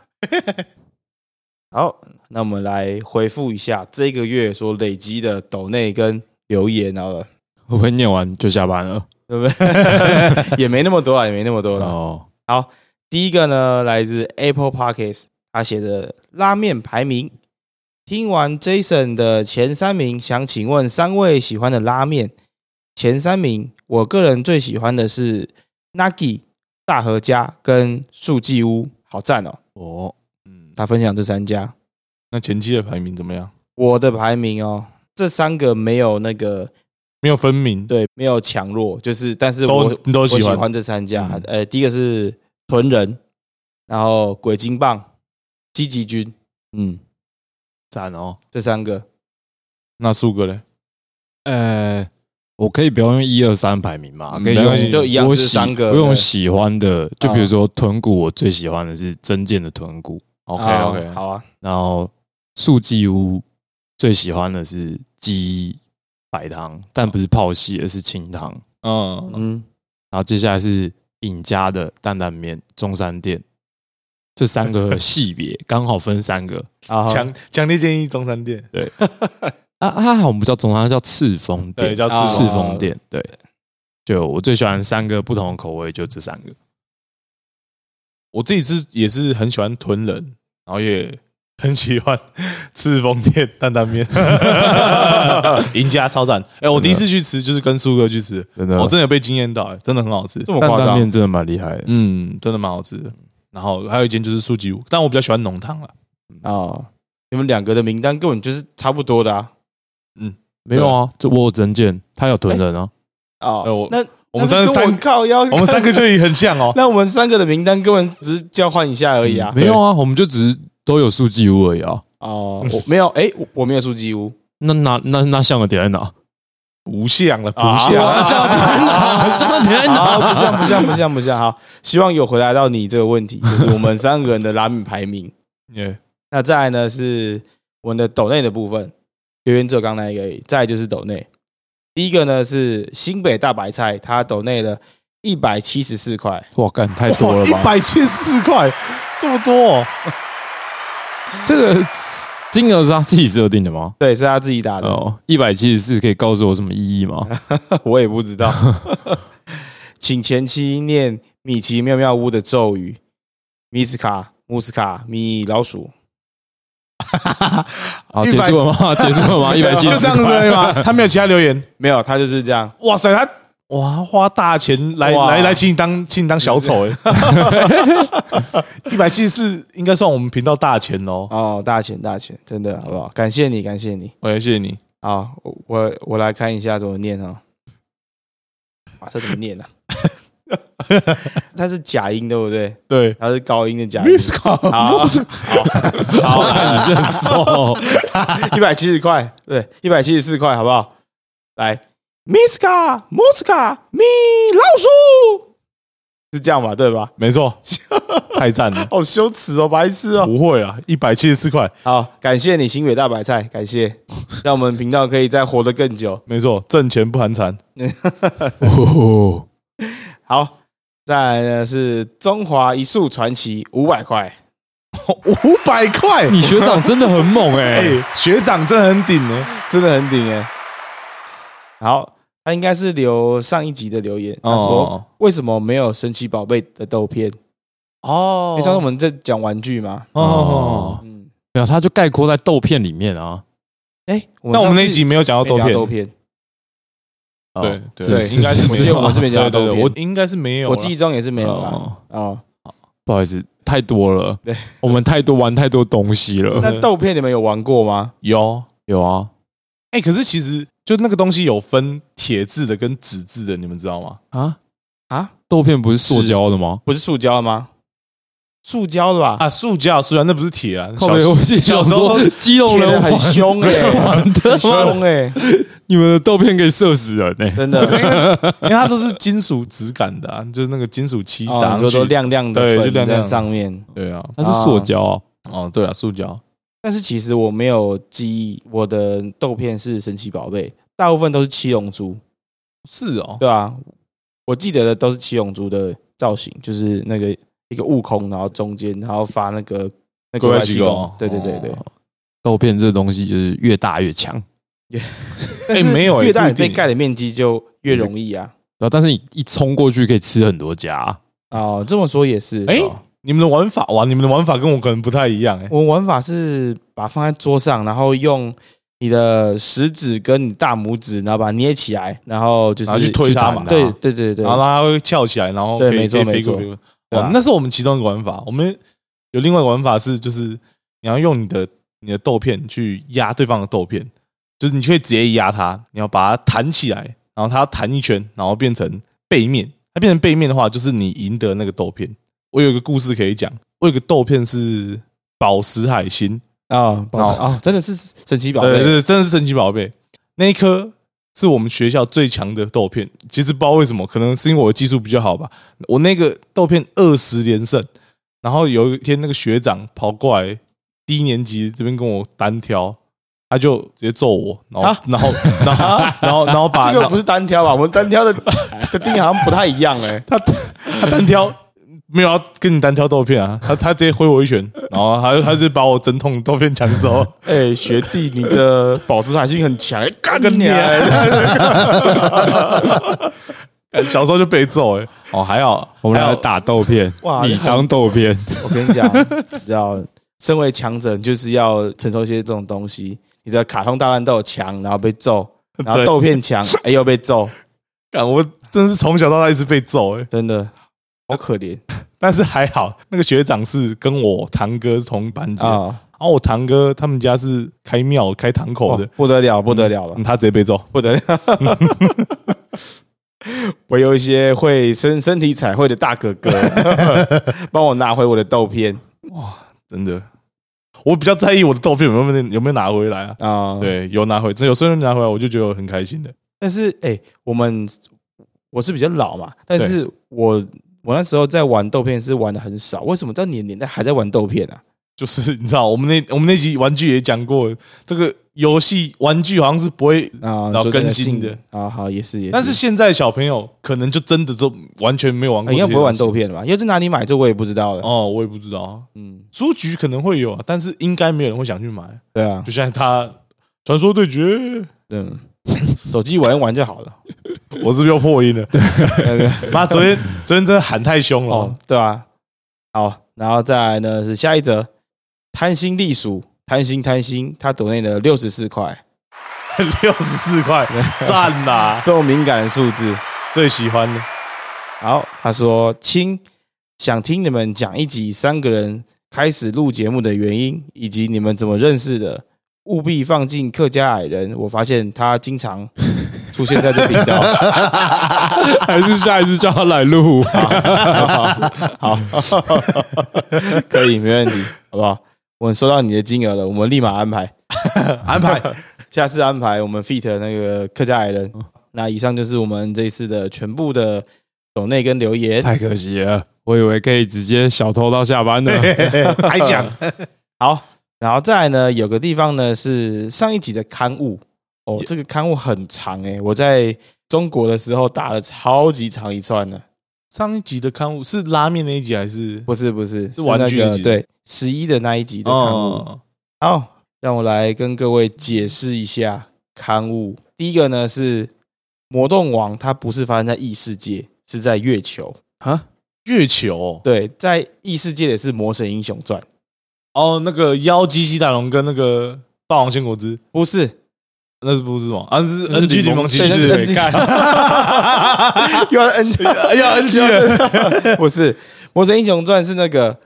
Speaker 1: (laughs) 好，那我们来回复一下这个月所累积的抖内跟留言好了，
Speaker 3: 会不会念完就下班了？
Speaker 1: 对不对？也没那么多啊了，也没那么多了。
Speaker 3: 哦，
Speaker 1: 第一个呢，来自 Apple Podcast，他写的拉面排名。听完 Jason 的前三名，想请问三位喜欢的拉面前三名，我个人最喜欢的是 Nagi 大和家跟素记屋，好赞哦！
Speaker 3: 哦，
Speaker 2: 嗯，
Speaker 1: 他分享这三家，
Speaker 2: 那前期的排名怎么样？
Speaker 1: 我的排名哦，这三个没有那个
Speaker 2: 没有分明，
Speaker 1: 对，没有强弱，就是但是
Speaker 2: 都
Speaker 1: 我
Speaker 2: 你都
Speaker 1: 我
Speaker 2: 喜
Speaker 1: 喜
Speaker 2: 欢。
Speaker 1: 欢这三家
Speaker 2: 嗯，
Speaker 1: 呃，第一个是屯人，然后鬼金棒、积极军，嗯，
Speaker 3: 赞哦。
Speaker 1: 这三个
Speaker 2: 那树哥嘞？
Speaker 3: 呃，我可以不要用一二三排名嘛，
Speaker 2: 嗯
Speaker 3: 可以
Speaker 2: 没关系
Speaker 3: 用
Speaker 2: 就
Speaker 1: 一样
Speaker 3: 我
Speaker 1: 这
Speaker 3: 喜
Speaker 1: 三个
Speaker 3: 我用
Speaker 1: 对
Speaker 3: 喜欢的，就比如说豚骨，我最喜欢的是真剑的豚骨，
Speaker 2: OK
Speaker 1: 啊
Speaker 2: OK，
Speaker 1: 好啊，
Speaker 3: 然后素鸡屋最喜欢的是鸡白汤，但不是泡蟹，而是清汤。
Speaker 2: 嗯，
Speaker 1: 嗯，
Speaker 3: 然后接下来是尹家的担担面，中山店。这三个系别刚好分三个
Speaker 1: 啊，
Speaker 2: 强强烈建议中山店，
Speaker 3: 啊啊！它好像不叫中山，它叫赤峰
Speaker 2: 对，
Speaker 3: 店，
Speaker 2: 叫
Speaker 1: 啊
Speaker 2: 赤
Speaker 3: 赤
Speaker 2: 峰。
Speaker 3: 峰店。对，就我最喜欢三个不同的口味，就这三个。
Speaker 2: 我自己是也是很喜欢屯人，然后也嗯很喜欢赤峰店担担 (laughs) 面，赢家超赞。哎，我第一次去吃就是跟树哥去吃，
Speaker 3: 真的，
Speaker 2: 我真的有被惊艳到，哎，真的很好吃。
Speaker 1: 这么
Speaker 3: 担
Speaker 1: 夸
Speaker 3: 担
Speaker 1: 张
Speaker 3: 面真的蛮厉害的。
Speaker 2: 嗯，真的蛮好吃的。然后还有一间就是素鸡屋，但我比较喜欢浓汤啦。
Speaker 1: 哦，你们两个的名单根本就是差不多的啊，
Speaker 3: 没有啊，这我有真见，他有囤人啊。
Speaker 2: 哎
Speaker 1: 哦
Speaker 2: 我，
Speaker 1: 那
Speaker 2: 我
Speaker 1: 那
Speaker 2: 们三
Speaker 1: 是跟
Speaker 2: 三
Speaker 1: 我，靠腰，
Speaker 2: 我们三个就已很像哦。
Speaker 1: 那我们三个的名单根本只是交换一下而已啊，
Speaker 3: 没有啊，我们就只是都有素鸡屋而已啊。
Speaker 1: 哦，我没有，哎，我我没有出鸡屋，
Speaker 3: 那那那那像的点在哪？
Speaker 2: 不像了，不
Speaker 1: 啊
Speaker 2: 像
Speaker 1: 啊
Speaker 2: 了，
Speaker 1: 像
Speaker 3: 的点在
Speaker 2: (laughs)
Speaker 3: 哪？像的点在
Speaker 1: 啊，
Speaker 3: 哪？
Speaker 1: 不像不像不像不像，好，希望有回答到你这个问题，就是我们三个人的拉米排名。
Speaker 2: 耶
Speaker 1: 那再来呢是我们的抖内的部分，留言只有刚那一个而已，再来就是抖内。第一个呢是新北大白菜，他抖内了一百七十四块，
Speaker 3: 哇，干太多了
Speaker 2: 一
Speaker 3: 吧？
Speaker 2: 百七十四块，这么多哦。
Speaker 3: 这个金额是他自己设定的吗？
Speaker 1: 对，是他自己打
Speaker 2: 呃
Speaker 1: 的，
Speaker 3: 哦，一百七十四可以告诉我什么意
Speaker 2: (laughs)
Speaker 3: 义吗？
Speaker 1: (laughs) 我也不知道。 (laughs) 请前妻念米奇妙妙屋的咒语，米斯卡、穆斯卡、米老鼠，
Speaker 3: 好，啊结束了吗？ (laughs) 结束了
Speaker 2: (laughs)
Speaker 3: 吗？一百七
Speaker 2: 就
Speaker 3: 十
Speaker 2: 这样
Speaker 3: 四
Speaker 2: 子而已 (laughs) 吗？他没有其他留言。
Speaker 1: 没有，他就是这样。
Speaker 2: 哇塞，他哇花大钱来
Speaker 1: 哇
Speaker 2: 来来，请你当请你当小丑哎，一百七十四应该算我们频道大钱喽。
Speaker 1: 哦，大钱大钱，真的好不好？感谢你，感谢你。
Speaker 2: 喂，谢谢你。
Speaker 1: 好，我我我来看一下怎么念哦。啊，这怎么念呢、啊？它是假音对不对？
Speaker 2: 对啊
Speaker 1: 它是高音的假音。
Speaker 2: ，Musical，
Speaker 1: 好，好，
Speaker 3: 你
Speaker 1: 好，
Speaker 3: 是很瘦，
Speaker 1: 一百七十块，对，一百七十四块，好不好？来， Miska Muska 米老鼠，是这样吧？对吧？ (laughs)
Speaker 2: 没错，太赞了！
Speaker 1: 好羞耻哦，白痴哦！
Speaker 2: 不会啊，一百七十四块，
Speaker 1: 好，感谢你新伟大白菜，感谢，让我们频道可以再活得更久。
Speaker 2: 没错，挣钱不寒蝉。
Speaker 3: 哦，
Speaker 1: 好，再来呢是中华一速传奇五百块，
Speaker 2: 五百块，
Speaker 3: (laughs) 你学长真的很猛
Speaker 2: (laughs)
Speaker 3: 哎、
Speaker 2: 哎、学长真的很顶呢、
Speaker 1: 真的很顶哎。好，他应该是留上一集的留言，他说
Speaker 2: 哦
Speaker 1: 为什么没有神奇宝贝的豆片？
Speaker 2: 哦
Speaker 1: 因为上次我们在讲玩具嘛，
Speaker 2: 哦，
Speaker 1: 嗯，
Speaker 3: 没有，他就概括在豆片里面啊。
Speaker 1: 哎，
Speaker 2: 那我们那一集
Speaker 1: 没
Speaker 2: 没有讲到豆
Speaker 1: 讲
Speaker 2: 片，
Speaker 1: 豆片，
Speaker 3: 哦
Speaker 2: 对对，
Speaker 1: 对
Speaker 2: 应该是没
Speaker 1: 我记得
Speaker 2: 有啊
Speaker 1: 我们这边讲到
Speaker 2: 对对对
Speaker 1: 豆片
Speaker 2: 我应该是没有啦，啊
Speaker 1: 我记忆中也是没有啦。
Speaker 3: 哦
Speaker 1: 哦，
Speaker 3: 不好意思，太多了。
Speaker 1: 对，
Speaker 3: 我们太多玩太多东西了。
Speaker 1: 那豆片你们有玩过吗？
Speaker 2: 有。
Speaker 3: 有啊，
Speaker 2: 哎、可是其实就那个东西有分铁质的跟纸质的，你们知道吗？
Speaker 3: 啊
Speaker 1: 啊，
Speaker 3: 豆片不是塑胶的吗？
Speaker 1: 不是塑胶的吗？塑胶的吧？
Speaker 2: 啊，塑胶，塑胶那不是铁啊，
Speaker 3: 靠
Speaker 2: 小
Speaker 3: 北，我记得
Speaker 2: 小
Speaker 3: 小
Speaker 2: 时
Speaker 3: 时
Speaker 2: 候
Speaker 3: 候 (laughs) 肌肉
Speaker 1: 铁
Speaker 2: 啊
Speaker 1: 的
Speaker 3: 人
Speaker 1: 很
Speaker 3: 玩
Speaker 1: 凶哎，
Speaker 3: 玩
Speaker 1: 很
Speaker 3: 的，
Speaker 1: 凶哎，
Speaker 3: 你们的豆片可以射死人哎、
Speaker 1: 真
Speaker 2: (laughs)
Speaker 1: 的。哦
Speaker 2: 因为它都是金属质感的、啊，就是那个金属漆
Speaker 1: 哦，
Speaker 2: 打
Speaker 1: 你
Speaker 2: 上
Speaker 1: 说
Speaker 2: 去，
Speaker 1: 都亮亮的
Speaker 2: 对
Speaker 1: 粉
Speaker 2: 就亮亮
Speaker 1: 在
Speaker 2: 的
Speaker 1: 上面。
Speaker 2: 对啊，
Speaker 3: 它是塑胶啊。
Speaker 2: 哦，对啊，塑胶，
Speaker 1: 但是其实我没有记忆，我的豆片是神奇宝贝，大部分都是七龙珠，
Speaker 2: 是哦，
Speaker 1: 对啊，我记得的都是七龙珠的造型，就是那个一个悟空，然后中间然后发那个那个
Speaker 2: 龟
Speaker 1: 外
Speaker 2: 外气
Speaker 1: 功
Speaker 2: 功，
Speaker 1: 对对对对。
Speaker 3: 哦豆片这东西就是越大越强，
Speaker 1: 但是
Speaker 2: 没有欸
Speaker 1: 越大
Speaker 2: 不
Speaker 1: 你
Speaker 2: 一定
Speaker 1: 被盖的面积就越容易啊。
Speaker 3: 然后但是你一冲过去可以吃很多家、啊
Speaker 1: 哦，这么说也是。
Speaker 2: 哎、
Speaker 1: 哦
Speaker 2: 你们的玩法哇，你们的玩法跟我可能不太一样哎、
Speaker 1: 我玩法是把它放在桌上，然后用你的食指跟你大拇指，然后把它捏起来，然后就
Speaker 2: 然后去
Speaker 1: 是
Speaker 2: 推它嘛，
Speaker 3: 去打
Speaker 1: 对
Speaker 3: 啊
Speaker 1: 对对对，
Speaker 2: 然后它会翘起来，然后
Speaker 1: 对
Speaker 2: 可以
Speaker 1: 没错
Speaker 2: 可以飞
Speaker 1: 没
Speaker 2: 过
Speaker 1: 错
Speaker 2: 飞过
Speaker 1: 对啊
Speaker 2: 哦，那是我们其中一个玩法。我们有另外一个玩法是，就是你要用你的你的豆片去压对方的豆片，就是你可以直接压它，你要把它弹起来，然后它要弹一圈，然后变成背面。它变成背面的话，就是你赢得那个豆片。我有一个故事可以讲，我有一个豆片是宝石海星，
Speaker 1: 啊，宝石
Speaker 2: 然
Speaker 1: 哦，真的是神奇宝
Speaker 2: 对
Speaker 1: 贝，
Speaker 2: 对，真的是神奇宝贝。那一颗是我们学校最强的豆片，其实不知道为什么，可能是因为我的技术比较好吧。我那个豆片二十连胜，然后有一天那个学长跑过来，低年级这边跟我单挑，他就直接揍我，然后、
Speaker 1: 啊
Speaker 2: 然后然后然后然后
Speaker 1: (laughs)
Speaker 2: 把
Speaker 1: 这个不是单挑吧？啊我们单挑的
Speaker 2: (laughs)
Speaker 1: 的定义好像不太一样哎。
Speaker 2: 他他单挑没有要跟你单挑豆片啊，他他直接挥我一拳，然后他就他就把我整桶豆片抢走。
Speaker 1: 哎，学弟，你
Speaker 2: (laughs)
Speaker 1: 的宝石海星很强，哎干
Speaker 2: 干
Speaker 1: 你
Speaker 2: 啊你 (laughs)
Speaker 1: 啊！
Speaker 2: 哎小时候就被揍哎、哦还好，
Speaker 3: 我们
Speaker 2: 还
Speaker 3: 俩
Speaker 2: 好
Speaker 3: 打豆片，
Speaker 1: 哇
Speaker 3: 你当
Speaker 1: (laughs)
Speaker 3: 豆片，
Speaker 1: (laughs) 我跟你讲，你知道，身为强者你就是要承受一些这种东西。你的卡通大乱斗强，然后被揍，然后
Speaker 2: (laughs) 对
Speaker 1: 豆片
Speaker 2: (laughs)
Speaker 1: 强，哎又被揍，
Speaker 2: 干，我真是从小到大一直被揍哎、
Speaker 1: 真的好可
Speaker 2: (laughs)
Speaker 1: 怜
Speaker 2: 但是还好，那个学长是跟我堂哥是同班级，然后、
Speaker 1: 啊！
Speaker 2: 我堂哥他们家是开庙开堂口的
Speaker 1: 哦，不得了，不得了了
Speaker 2: 嗯，他直接被揍。
Speaker 1: 不得了！ (laughs) 我有一些会身身体彩绘的大哥 (laughs) 哥，帮我拿回我的豆片
Speaker 2: 真的，我比较在意我的豆片有没有有没有拿回来啊？
Speaker 1: 啊。，
Speaker 2: 对，有拿回，真的有时候拿回来，我就觉得我很开心的。
Speaker 1: 但是哎、我们我是比较老嘛，但是我我那时候在玩豆片是玩的很少，为什么到你的年代还在玩豆片啊？
Speaker 2: 就是你知道，我们那我们那集玩具也讲过，这个游戏玩具好像是不会，
Speaker 1: 啊，
Speaker 2: 然后
Speaker 1: 说那个
Speaker 2: 更新的
Speaker 1: 进啊，好也是也是，
Speaker 2: 但是现在小朋友可能就真的都完全没有玩
Speaker 1: 啊
Speaker 2: 过。
Speaker 1: 应该不会玩豆片了吧？要在哪里买这我也不知道了。
Speaker 2: 哦，我也不知道啊，
Speaker 1: 嗯，
Speaker 2: 书局可能会有啊，但是应该没有人会想去买。
Speaker 1: 对啊，
Speaker 2: 就像他传说对决，
Speaker 1: 嗯，手机玩一玩就好了。
Speaker 2: 我是不是又破音了？
Speaker 1: 那个 (laughs)
Speaker 2: 妈，昨天昨天真的喊太凶了。
Speaker 1: 哦，对啊。好，然后再来呢是下一则，贪心隶属，贪心贪心，他抖内了六十四块，
Speaker 2: (laughs) 六十四块，赞啦！
Speaker 1: 这么敏感的数字。
Speaker 2: 最喜欢的
Speaker 1: 好，他说：“亲，想听你们讲一集三个人开始录节目的原因，以及你们怎么认识的。务必放进客家矮人，我发现他经常 (laughs) 出现在这频道。
Speaker 3: 还是下一次叫他来录？
Speaker 1: (laughs) 好，可以，没问题，好不好？我们收到你的金额了，我
Speaker 2: (laughs)
Speaker 1: 们立马安排，安排，下次安排我们 fit 那个客家矮人。那以上就是我们这一次的全部的抖内跟留言。
Speaker 3: 太可惜了，我以为可以直接小偷到下班呢。
Speaker 1: 还讲好，然后再来呢，有个地方呢是上一集的刊物哦，这个刊物很长诶、我在中国的时候打了超级长一串呢。
Speaker 2: 上一集的刊物是拉面那一集还是？
Speaker 1: 不是不是
Speaker 2: 是玩具
Speaker 1: 那
Speaker 2: 的
Speaker 1: 个
Speaker 2: 集
Speaker 1: 对十一的那一集的刊物。
Speaker 2: 哦，
Speaker 1: 好，让我来跟各位解释一下刊物。第一个呢是《魔动王》，它不是发生在异世界，是在月球。
Speaker 3: 啊，
Speaker 2: 月球哦
Speaker 1: 对，在异世界也是《魔神英雄传》，
Speaker 2: 哦，那个妖姬西大龙跟那个霸王鲜果汁，
Speaker 1: 不是
Speaker 2: 那是不是吗？啊，那是
Speaker 3: 那是
Speaker 2: NG
Speaker 3: 柠
Speaker 2: 柠
Speaker 3: 檬
Speaker 2: 檬骑
Speaker 3: 骑士
Speaker 2: 士，
Speaker 1: 对那是 (laughs) 又要
Speaker 2: (laughs)
Speaker 1: N
Speaker 2: 要 NG
Speaker 1: (laughs)
Speaker 2: 了，
Speaker 1: 不是《魔神英雄传》是那个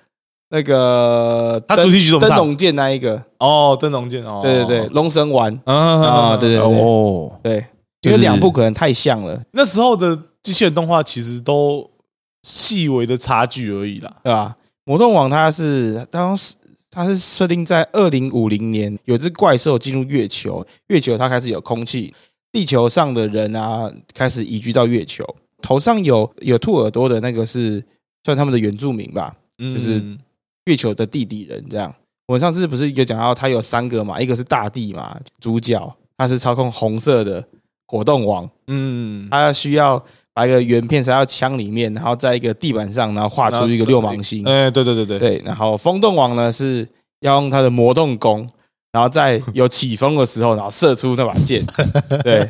Speaker 1: 那个
Speaker 2: 它
Speaker 1: 灯
Speaker 2: 主题曲怎么
Speaker 1: 灯
Speaker 2: 唱
Speaker 1: 笼剑那一个，
Speaker 2: 哦，灯笼剑哦，
Speaker 1: 对对对，，龙神丸
Speaker 2: 啊
Speaker 1: 啊，对对对
Speaker 3: 哦，
Speaker 1: 对，
Speaker 3: 就
Speaker 1: 因为
Speaker 3: 是
Speaker 1: 两部可能太像了，
Speaker 2: 那时候的机器人动画其实都细微的差距而已啦。
Speaker 1: 对吧？魔动王它是当时它是设定在二零五零年，有只怪兽进入月球，月球它开始有空气，地球上的人啊开始移居到月球，头上有有兔耳朵的那个是算他们的原住民吧，
Speaker 2: 嗯，
Speaker 1: 就是月球的地底人这样。我们上次不是有讲到他有三个嘛，一个是大地嘛，主角他是操控红色的果冻王，
Speaker 2: 嗯，
Speaker 1: 他需要把一个圆片塞到枪里面，然后在一个地板上，然后呃画出一个六芒星。
Speaker 2: 哎，对对对对，
Speaker 1: 对，然后风洞王呢是要用他的魔动弓，然后在有起风的时候，然后射出那把
Speaker 2: (laughs)
Speaker 1: 剑。对，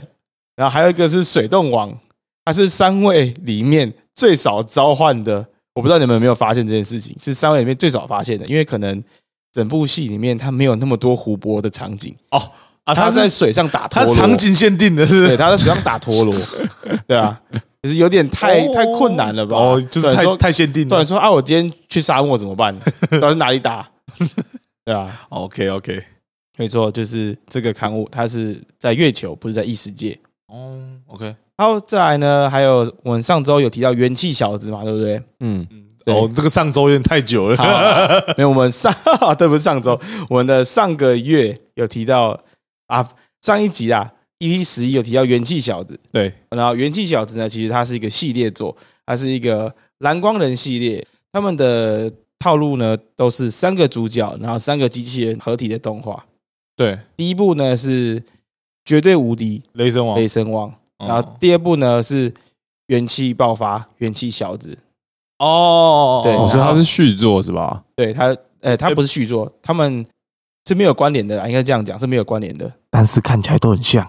Speaker 1: 然后还有一个是水洞王，他是三位里面最少召唤的。我不知道你们有没有发现这件事情，是三位里面最少发现的，因为可能整部戏里面他没有那么多湖泊的场景
Speaker 2: 哦啊，
Speaker 1: 他
Speaker 2: 他
Speaker 1: 在
Speaker 2: 是
Speaker 1: 水上打陀
Speaker 2: 他
Speaker 1: 螺，
Speaker 2: 场景限定的是不
Speaker 1: 对，
Speaker 2: 是
Speaker 1: 他在水上打
Speaker 2: (laughs)
Speaker 1: 陀螺，对啊，就是有点太、
Speaker 2: 哦
Speaker 1: 太困难了吧？
Speaker 2: 哦，就是
Speaker 1: 虽然
Speaker 2: 太
Speaker 1: 说
Speaker 2: 太限定
Speaker 1: 突
Speaker 2: 了
Speaker 1: 然。说啊，我今天去沙漠怎么办？ (laughs) 到底哪里打？ (laughs) 对啊，
Speaker 2: OK OK，
Speaker 1: 没错，就是这个刊物，它是在月球，不是在异世界。
Speaker 2: 哦 OK，
Speaker 1: 然后再来呢，还有我们上周有提到元气小子嘛，对不
Speaker 2: (laughs)
Speaker 1: 对？
Speaker 3: 嗯，
Speaker 2: 嗯，
Speaker 1: 对
Speaker 2: 哦，这个上周有点太久
Speaker 1: 好
Speaker 2: 了，
Speaker 1: 没有，我们上 (laughs) 啊对不是上周，我们的上个月有提到啊，上一集啊，EP 十一有提到元气小子，
Speaker 2: (laughs) 对，
Speaker 1: 然后《元气小子》呢，其实它是一个系列作，它是一个蓝光人系列，他们的套路呢都是三个主角，然后三个机器人合体的动画。
Speaker 2: 对，
Speaker 1: 第一部呢是绝对无敌
Speaker 2: 雷神王
Speaker 1: 雷，神王，
Speaker 2: 哦
Speaker 1: 然后第二部呢是元气爆发元气小子，
Speaker 2: 哦，
Speaker 1: 对
Speaker 3: 我
Speaker 1: 哦
Speaker 3: 说
Speaker 1: 所以
Speaker 3: 他是续作是吧？
Speaker 1: 对他，呃，他不是续作，他们是没有关联的啦，应该这样讲是没有关联的。
Speaker 2: 但是看起来都很像，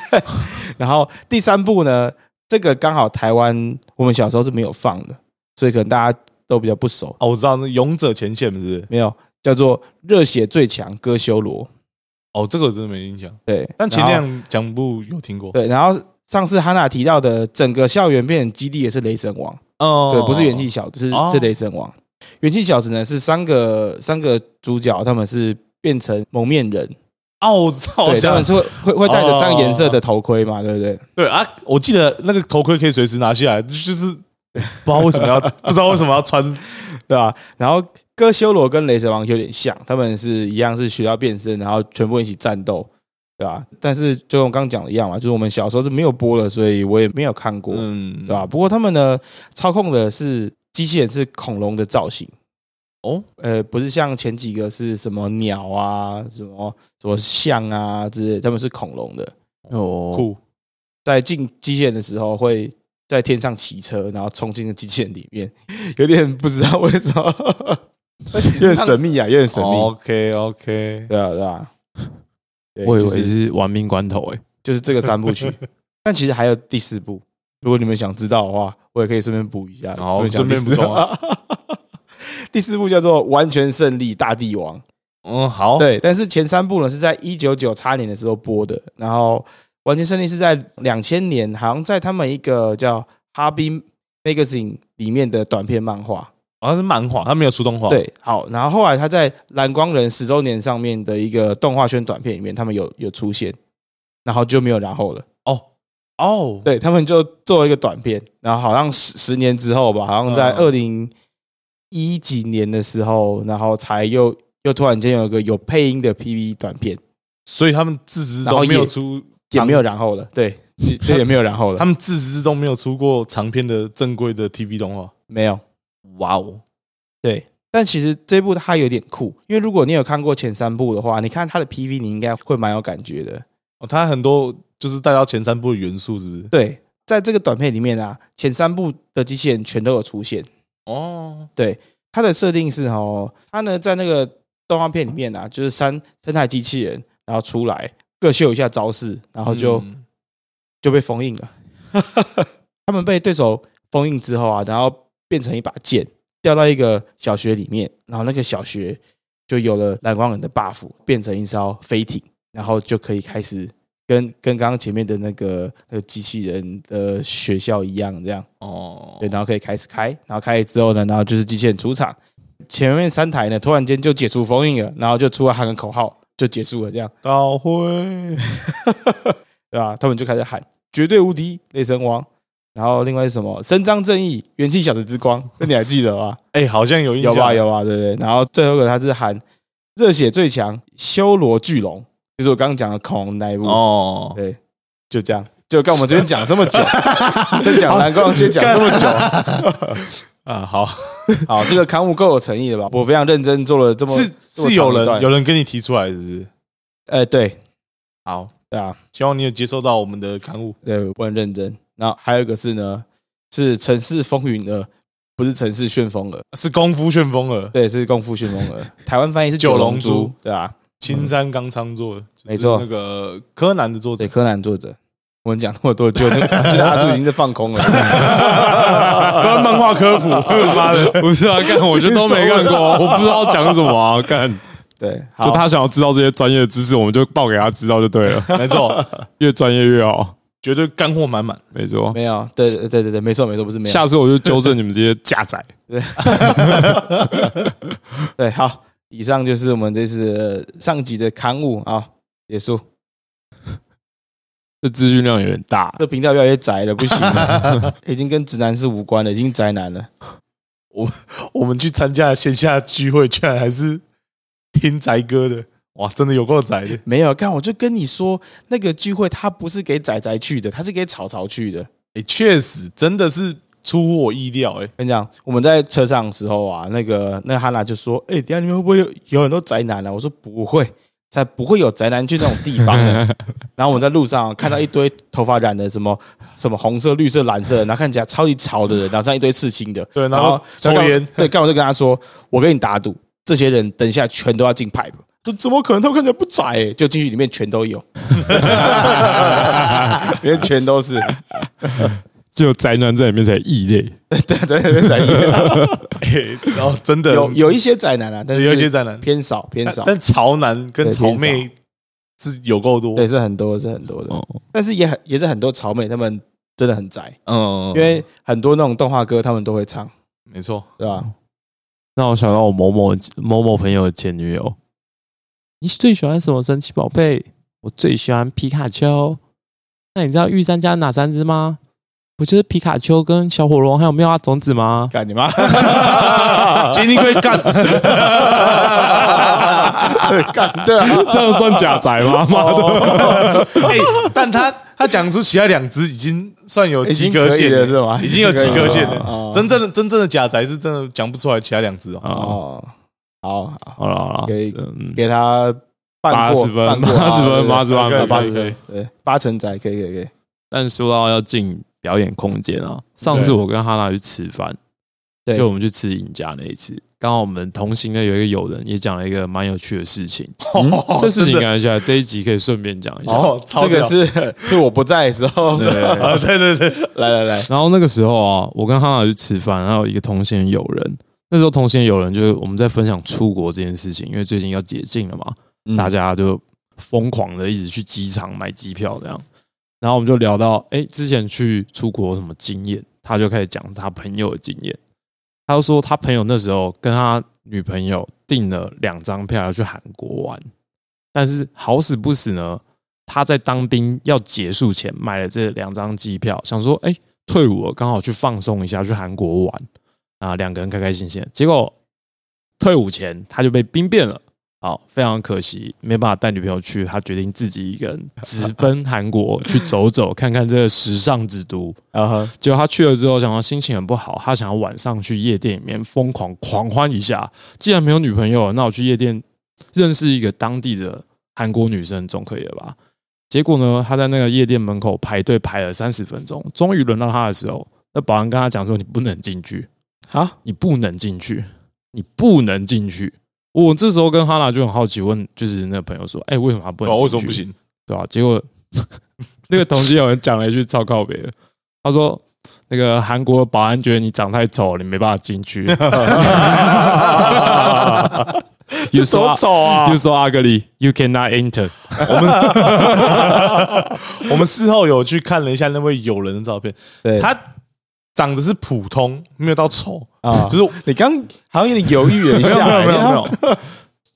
Speaker 1: (laughs) 然后第三部呢，这个刚好台湾我们小时候是没有放的，所以可能大家都比较不熟。
Speaker 2: 哦，我知道那勇者前线是不是？
Speaker 1: 没有，叫做《热血最强哥修罗》。
Speaker 2: 哦，这个我真的没印象，
Speaker 1: 对，
Speaker 2: 但前
Speaker 1: 然后
Speaker 2: 两两部有听过，
Speaker 1: 对，然后上次哈娜提到的整个校园变成基地也是雷神王，
Speaker 2: 哦
Speaker 1: 对，不是元气小子，是
Speaker 2: 哦
Speaker 1: 是雷神王。元气小子呢是三个三个主角，他们是变成蒙面人，
Speaker 2: 哦，我知道，我
Speaker 1: 对，他
Speaker 2: 想
Speaker 1: 们是会会会戴着三个颜色
Speaker 2: 哦
Speaker 1: 的头盔嘛，对不对？
Speaker 2: 对啊，我记得那个头盔可以随时拿下来，就是不知道为什么 (laughs) 要不知道为什么要穿
Speaker 1: 对啊，然后哥修罗跟雷神王有点像，他们是一样是学到变身，然后全部一起战斗，对吧、但是就跟我刚讲的一样嘛，就是我们小时候是没有播的，所以我也没有看过。
Speaker 2: 嗯
Speaker 1: 对吧、不过他们呢，操控的是机器人，是恐龙的造型
Speaker 2: 哦，
Speaker 1: 呃，不是像前几个是什么鸟啊、什么什么象啊之类，他们是恐龙的。
Speaker 3: 哦，
Speaker 2: 酷
Speaker 1: 在进机器人的时候，会在天上骑车，然后冲进机器人里面，有点不知道为什么，有点神秘啊，有点神秘。
Speaker 2: OK 哦 OK，
Speaker 1: 对啊，对啊。对
Speaker 3: 我以
Speaker 1: 就
Speaker 3: 为
Speaker 1: 是
Speaker 3: 是玩命关头
Speaker 1: (laughs)
Speaker 3: 欸诶，
Speaker 1: 就是这个三部
Speaker 2: (laughs)
Speaker 1: 曲，但其实还有第四部。如果你们想知道的话，我也可以顺便补一下。
Speaker 2: 好
Speaker 1: 你们想
Speaker 2: 顺便补充啊
Speaker 1: 第四部。 (laughs) 第四部叫做《完全胜利大帝王》，
Speaker 2: 嗯好，
Speaker 1: 对，但是前三部呢是在一九九叉年的时候播的，然后《完全胜利》是在两千年，好像在他们一个叫《哈宾 Magazine》里面的短片漫画。
Speaker 2: 好像是漫画，它没有出动画，，
Speaker 1: 对，好，然后后来他在蓝光人十周年上面的一个动画宣短片里面，他们有有出现，然后就没有然后了。
Speaker 2: 哦哦，
Speaker 1: 对他们就做了一个短片，然后好像十十年之后吧，好像在二
Speaker 2: 嗯
Speaker 1: 零一几年的时候，然后才又又突然间有一个有配音的 PV 短片，
Speaker 2: 所以他们自始至
Speaker 1: 然后
Speaker 2: 终
Speaker 1: 也
Speaker 2: 没有出， (laughs)
Speaker 1: 也没有然后了。对，这也没有然后
Speaker 2: 他
Speaker 1: 了，
Speaker 2: 们自始至终没有出过长篇的正规的 TV 动画。
Speaker 1: 没有。
Speaker 2: 哇哦，
Speaker 1: 对，但其实这部它有点酷，因为如果你有看过前三部的话，你看它的 PV，你应该会蛮有感觉的。
Speaker 2: 哦，他很多就是带到前三部的元素，是不是？
Speaker 1: 对，在这个短片里面啊，前三部的机器人全都有出现。
Speaker 2: 哦，
Speaker 1: 它的设定是哦，它呢在那个动画片里面啊，就是三三台机器人，然后出来各秀一下招式，然后就、
Speaker 2: 嗯
Speaker 1: 就被封印了。 (laughs) 他们被对手封印之后啊，然后变成一把剑，掉到一个小学里面，然后那个小学就有了蓝光人的 buff，变成一艘飞艇，然后就可以开始跟跟刚刚前面的那个那个机器人的学校一样，这样
Speaker 2: 哦，
Speaker 1: 对，然后可以开始开，然后开了之后呢，然后就是机器人出场，前面三台呢突然间就解除封印了，然后就出来喊个口号就结束了，这样。
Speaker 2: 道辉，
Speaker 1: (laughs) 对吧、他们就开始喊“绝对无敌雷神王”，然后另外是什么“伸张正义，元气小子之光”，这你还记得
Speaker 2: (laughs)
Speaker 1: 吧？
Speaker 2: 哎、好像有印象，
Speaker 1: 有吧，有吧，对不对？然后最后一个他是喊“热血最强，修罗巨龙”，就是我刚刚讲的恐龙那一部，
Speaker 2: 哦，
Speaker 1: 对，就这样。就跟我们这边讲这
Speaker 2: (laughs)
Speaker 1: 么久，在讲蓝光先讲这么久，
Speaker 2: 啊，好，
Speaker 1: 好，这个刊物够有诚意了吧？我非常认真做了这么
Speaker 2: 是
Speaker 1: 这么
Speaker 2: 是有
Speaker 1: 长一
Speaker 2: 人
Speaker 1: 段
Speaker 2: 有人跟你提出来，是不是？
Speaker 1: 呃，对
Speaker 2: 好，
Speaker 1: 对啊，
Speaker 2: 希望你有接受到我们的刊物。
Speaker 1: 对，我很认真。然后还有一个是呢，是《城市风云二》，不是《城市旋风二》。
Speaker 2: 是功夫旋风了，
Speaker 1: 对，是功夫旋风二，台湾翻译是
Speaker 2: 九
Speaker 1: 九
Speaker 2: 龙
Speaker 1: 龙
Speaker 2: 珠
Speaker 1: 珠，对啊，
Speaker 2: 青山刚昌做的，
Speaker 1: 没错
Speaker 2: 就是那个柯南的作者
Speaker 1: 对，柯南作者。我们讲那么多，就 (laughs) 那个就是阿叔已经在放空了。
Speaker 2: 关漫画
Speaker 1: (laughs)
Speaker 2: 科普，妈的，
Speaker 3: (laughs) 不是啊，干我就都没看过，我不知道讲什么啊，干
Speaker 1: 对，好
Speaker 3: 就他想要知道这些专业的知识，我们就报给他知道就对
Speaker 1: (laughs)
Speaker 3: 了，
Speaker 2: 没错，
Speaker 3: 越专业越好，
Speaker 2: 绝对干货满满。
Speaker 3: 没错。
Speaker 1: 没有，对对对对对，没错没错，不是没有。
Speaker 3: 下次我就纠正你们这些架仔。
Speaker 1: (laughs) 对，好，以上就是我们这次呃上集的刊物啊，结束。
Speaker 3: 这资讯量有点大，
Speaker 1: 这频道越来越窄了，不行了，已经跟直男是无关了，已经宅男了。
Speaker 2: 我们去参加线下聚会，居然还是听宅歌的，哇，真的有够
Speaker 1: (laughs)
Speaker 2: 宅的。
Speaker 1: 没有，看我就跟你说，那个聚会他不是给仔仔去的，他是给草草去的。
Speaker 2: 哎，确实，真的是出乎我意料，哎，
Speaker 1: 跟你讲，我们在车上的时候啊，那个那个汉娜就说：“哎、等一下你们会不会有有很多宅男啊？”我说：“不会，才不会有宅男去那种地方的。”然后我们在路上、看到一堆头发染的什么什么红色、绿色、蓝色的，然后看起来超级潮的人，然后像一堆刺青的，
Speaker 2: 对然后抽
Speaker 1: 然后
Speaker 2: 烟
Speaker 1: 对，刚我就跟他说：“我跟你打赌，这些人等一下全都要进 pipe。”就怎么可能？他们看起来不窄、欸，就进去里面全都有，里面全都是，
Speaker 3: 只有宅男在里面才异类。
Speaker 1: 对，在那边宅男
Speaker 2: 嘿 (laughs) 然后真的
Speaker 1: 有有一些宅男啊，但是
Speaker 2: 有一些宅男，
Speaker 1: 偏少偏
Speaker 2: 但
Speaker 1: 少，
Speaker 2: 但潮男跟
Speaker 1: 对
Speaker 2: 潮
Speaker 1: 偏少
Speaker 2: 妹是有够多，
Speaker 1: 对，是很多是很多的，
Speaker 3: 哦，
Speaker 1: 但是也很也是很多潮妹他们真的很宅，
Speaker 2: 嗯，
Speaker 1: 因为很多那种动画歌他们都会唱，
Speaker 2: 没错，
Speaker 1: 对吧？
Speaker 3: 让我想到我某某某某朋友的前女友。你最喜欢什么神奇宝贝？我最喜欢皮卡丘。那你知道御三家哪三只吗？不就是皮卡丘、跟小火龙还有妙蛙种
Speaker 1: (laughs)
Speaker 3: 子吗？
Speaker 1: 干你
Speaker 2: (laughs)
Speaker 1: 妈！
Speaker 2: 杰尼龟干，
Speaker 1: (laughs) 干对啊，
Speaker 3: 这样算假宅
Speaker 1: (laughs)
Speaker 3: 吗？妈
Speaker 1: 哦
Speaker 3: 的！
Speaker 2: 哎，但他他讲出其他两只已经算有
Speaker 1: 已
Speaker 2: 及
Speaker 1: 经
Speaker 2: 格
Speaker 1: 可以
Speaker 2: 线
Speaker 1: 了是吗？
Speaker 2: 已经有及格线
Speaker 1: 可以
Speaker 2: 了。
Speaker 1: 哦
Speaker 2: 真正的真正的假宅是真的讲不出来其他两
Speaker 1: (laughs)
Speaker 2: 只哦。
Speaker 3: 哦，
Speaker 1: 哦，好好
Speaker 3: 好了好了，
Speaker 1: 可以
Speaker 3: 嗯，
Speaker 1: 给他半过
Speaker 3: 80分
Speaker 1: 半过
Speaker 3: 80分
Speaker 1: 啊对对对对
Speaker 2: 80分可
Speaker 1: 80
Speaker 2: 以可以
Speaker 1: 分对八成宅可以可以可以，
Speaker 3: 但说到要进表演空间啊，上次
Speaker 2: 对
Speaker 3: 我跟哈娜去吃饭，
Speaker 1: 对
Speaker 3: 就我们去吃尹家那一次，刚好我们同行的有一个友人也讲了一个蛮有趣的事情，
Speaker 2: 哦
Speaker 3: 这事情
Speaker 2: 真的
Speaker 3: 感觉起来这一集可以顺便讲一下。
Speaker 2: 哦超
Speaker 1: 这个
Speaker 2: 屌
Speaker 1: 是是 (laughs) 我不在的时候，
Speaker 3: 对对对
Speaker 2: (laughs) 啊，对对对，
Speaker 1: (laughs) 来来来，
Speaker 3: 然后那个时候啊，我跟哈娜去吃饭，然后有一个同行的友人，那时候同行的友人就是我们在分享出国这件事情，因为最近要解禁了嘛，
Speaker 1: 嗯
Speaker 3: 大家就疯狂的一直去机场买机票这样。然后我们就聊到，哎、之前去出国有什么经验，他就开始讲他朋友的经验。他就说他朋友那时候跟他女朋友订了两张票要去韩国玩，但是好死不死呢，他在当兵要结束前买了这两张机票，想说，哎、退伍了刚好去放松一下，去韩国玩啊，两个人开开心心的。结果退伍前他就被兵变了。好，非常可惜，没办法带女朋友去，他决定自己一个人直奔韩国去走走，看看这个时尚之都。
Speaker 1: 啊哈，
Speaker 3: 结果他去了之后，想到心情很不好，他想要晚上去夜店里面疯狂狂欢一下。既然没有女朋友，那我去夜店认识一个当地的韩国女生总可以了吧？结果呢，他在那个夜店门口排队排了三十分钟，终于轮到他的时候，那保安跟他讲说：“你不能进去。”
Speaker 2: 啊
Speaker 1: 好，
Speaker 3: 你不能进去，你不能进去。我这时候跟哈娜就很好奇，问就是那个朋友说：“哎、为什么他不
Speaker 2: 对
Speaker 3: 能
Speaker 2: 啊，
Speaker 3: 进去？
Speaker 2: 为什么不？行？
Speaker 1: (laughs)
Speaker 3: 对吧、啊结果那个同学有人讲了一句超告别的，他说：“那个韩国的保安觉得你长太丑，你没办法进
Speaker 2: (laughs)
Speaker 3: 去。”You
Speaker 1: 有
Speaker 3: so
Speaker 1: 多
Speaker 2: (laughs)
Speaker 3: u
Speaker 1: 丑啊
Speaker 3: so ugly, you cannot enter。
Speaker 2: 我们事后有去看了一下那位友人的照片，
Speaker 1: 对
Speaker 2: 他长得是普通，没有到丑，
Speaker 1: 啊
Speaker 2: 就，是
Speaker 1: 你刚好像有点犹豫了一
Speaker 2: 没有
Speaker 1: 下，
Speaker 2: (laughs) 没有没有
Speaker 1: 然
Speaker 2: 没
Speaker 1: 后
Speaker 2: 有。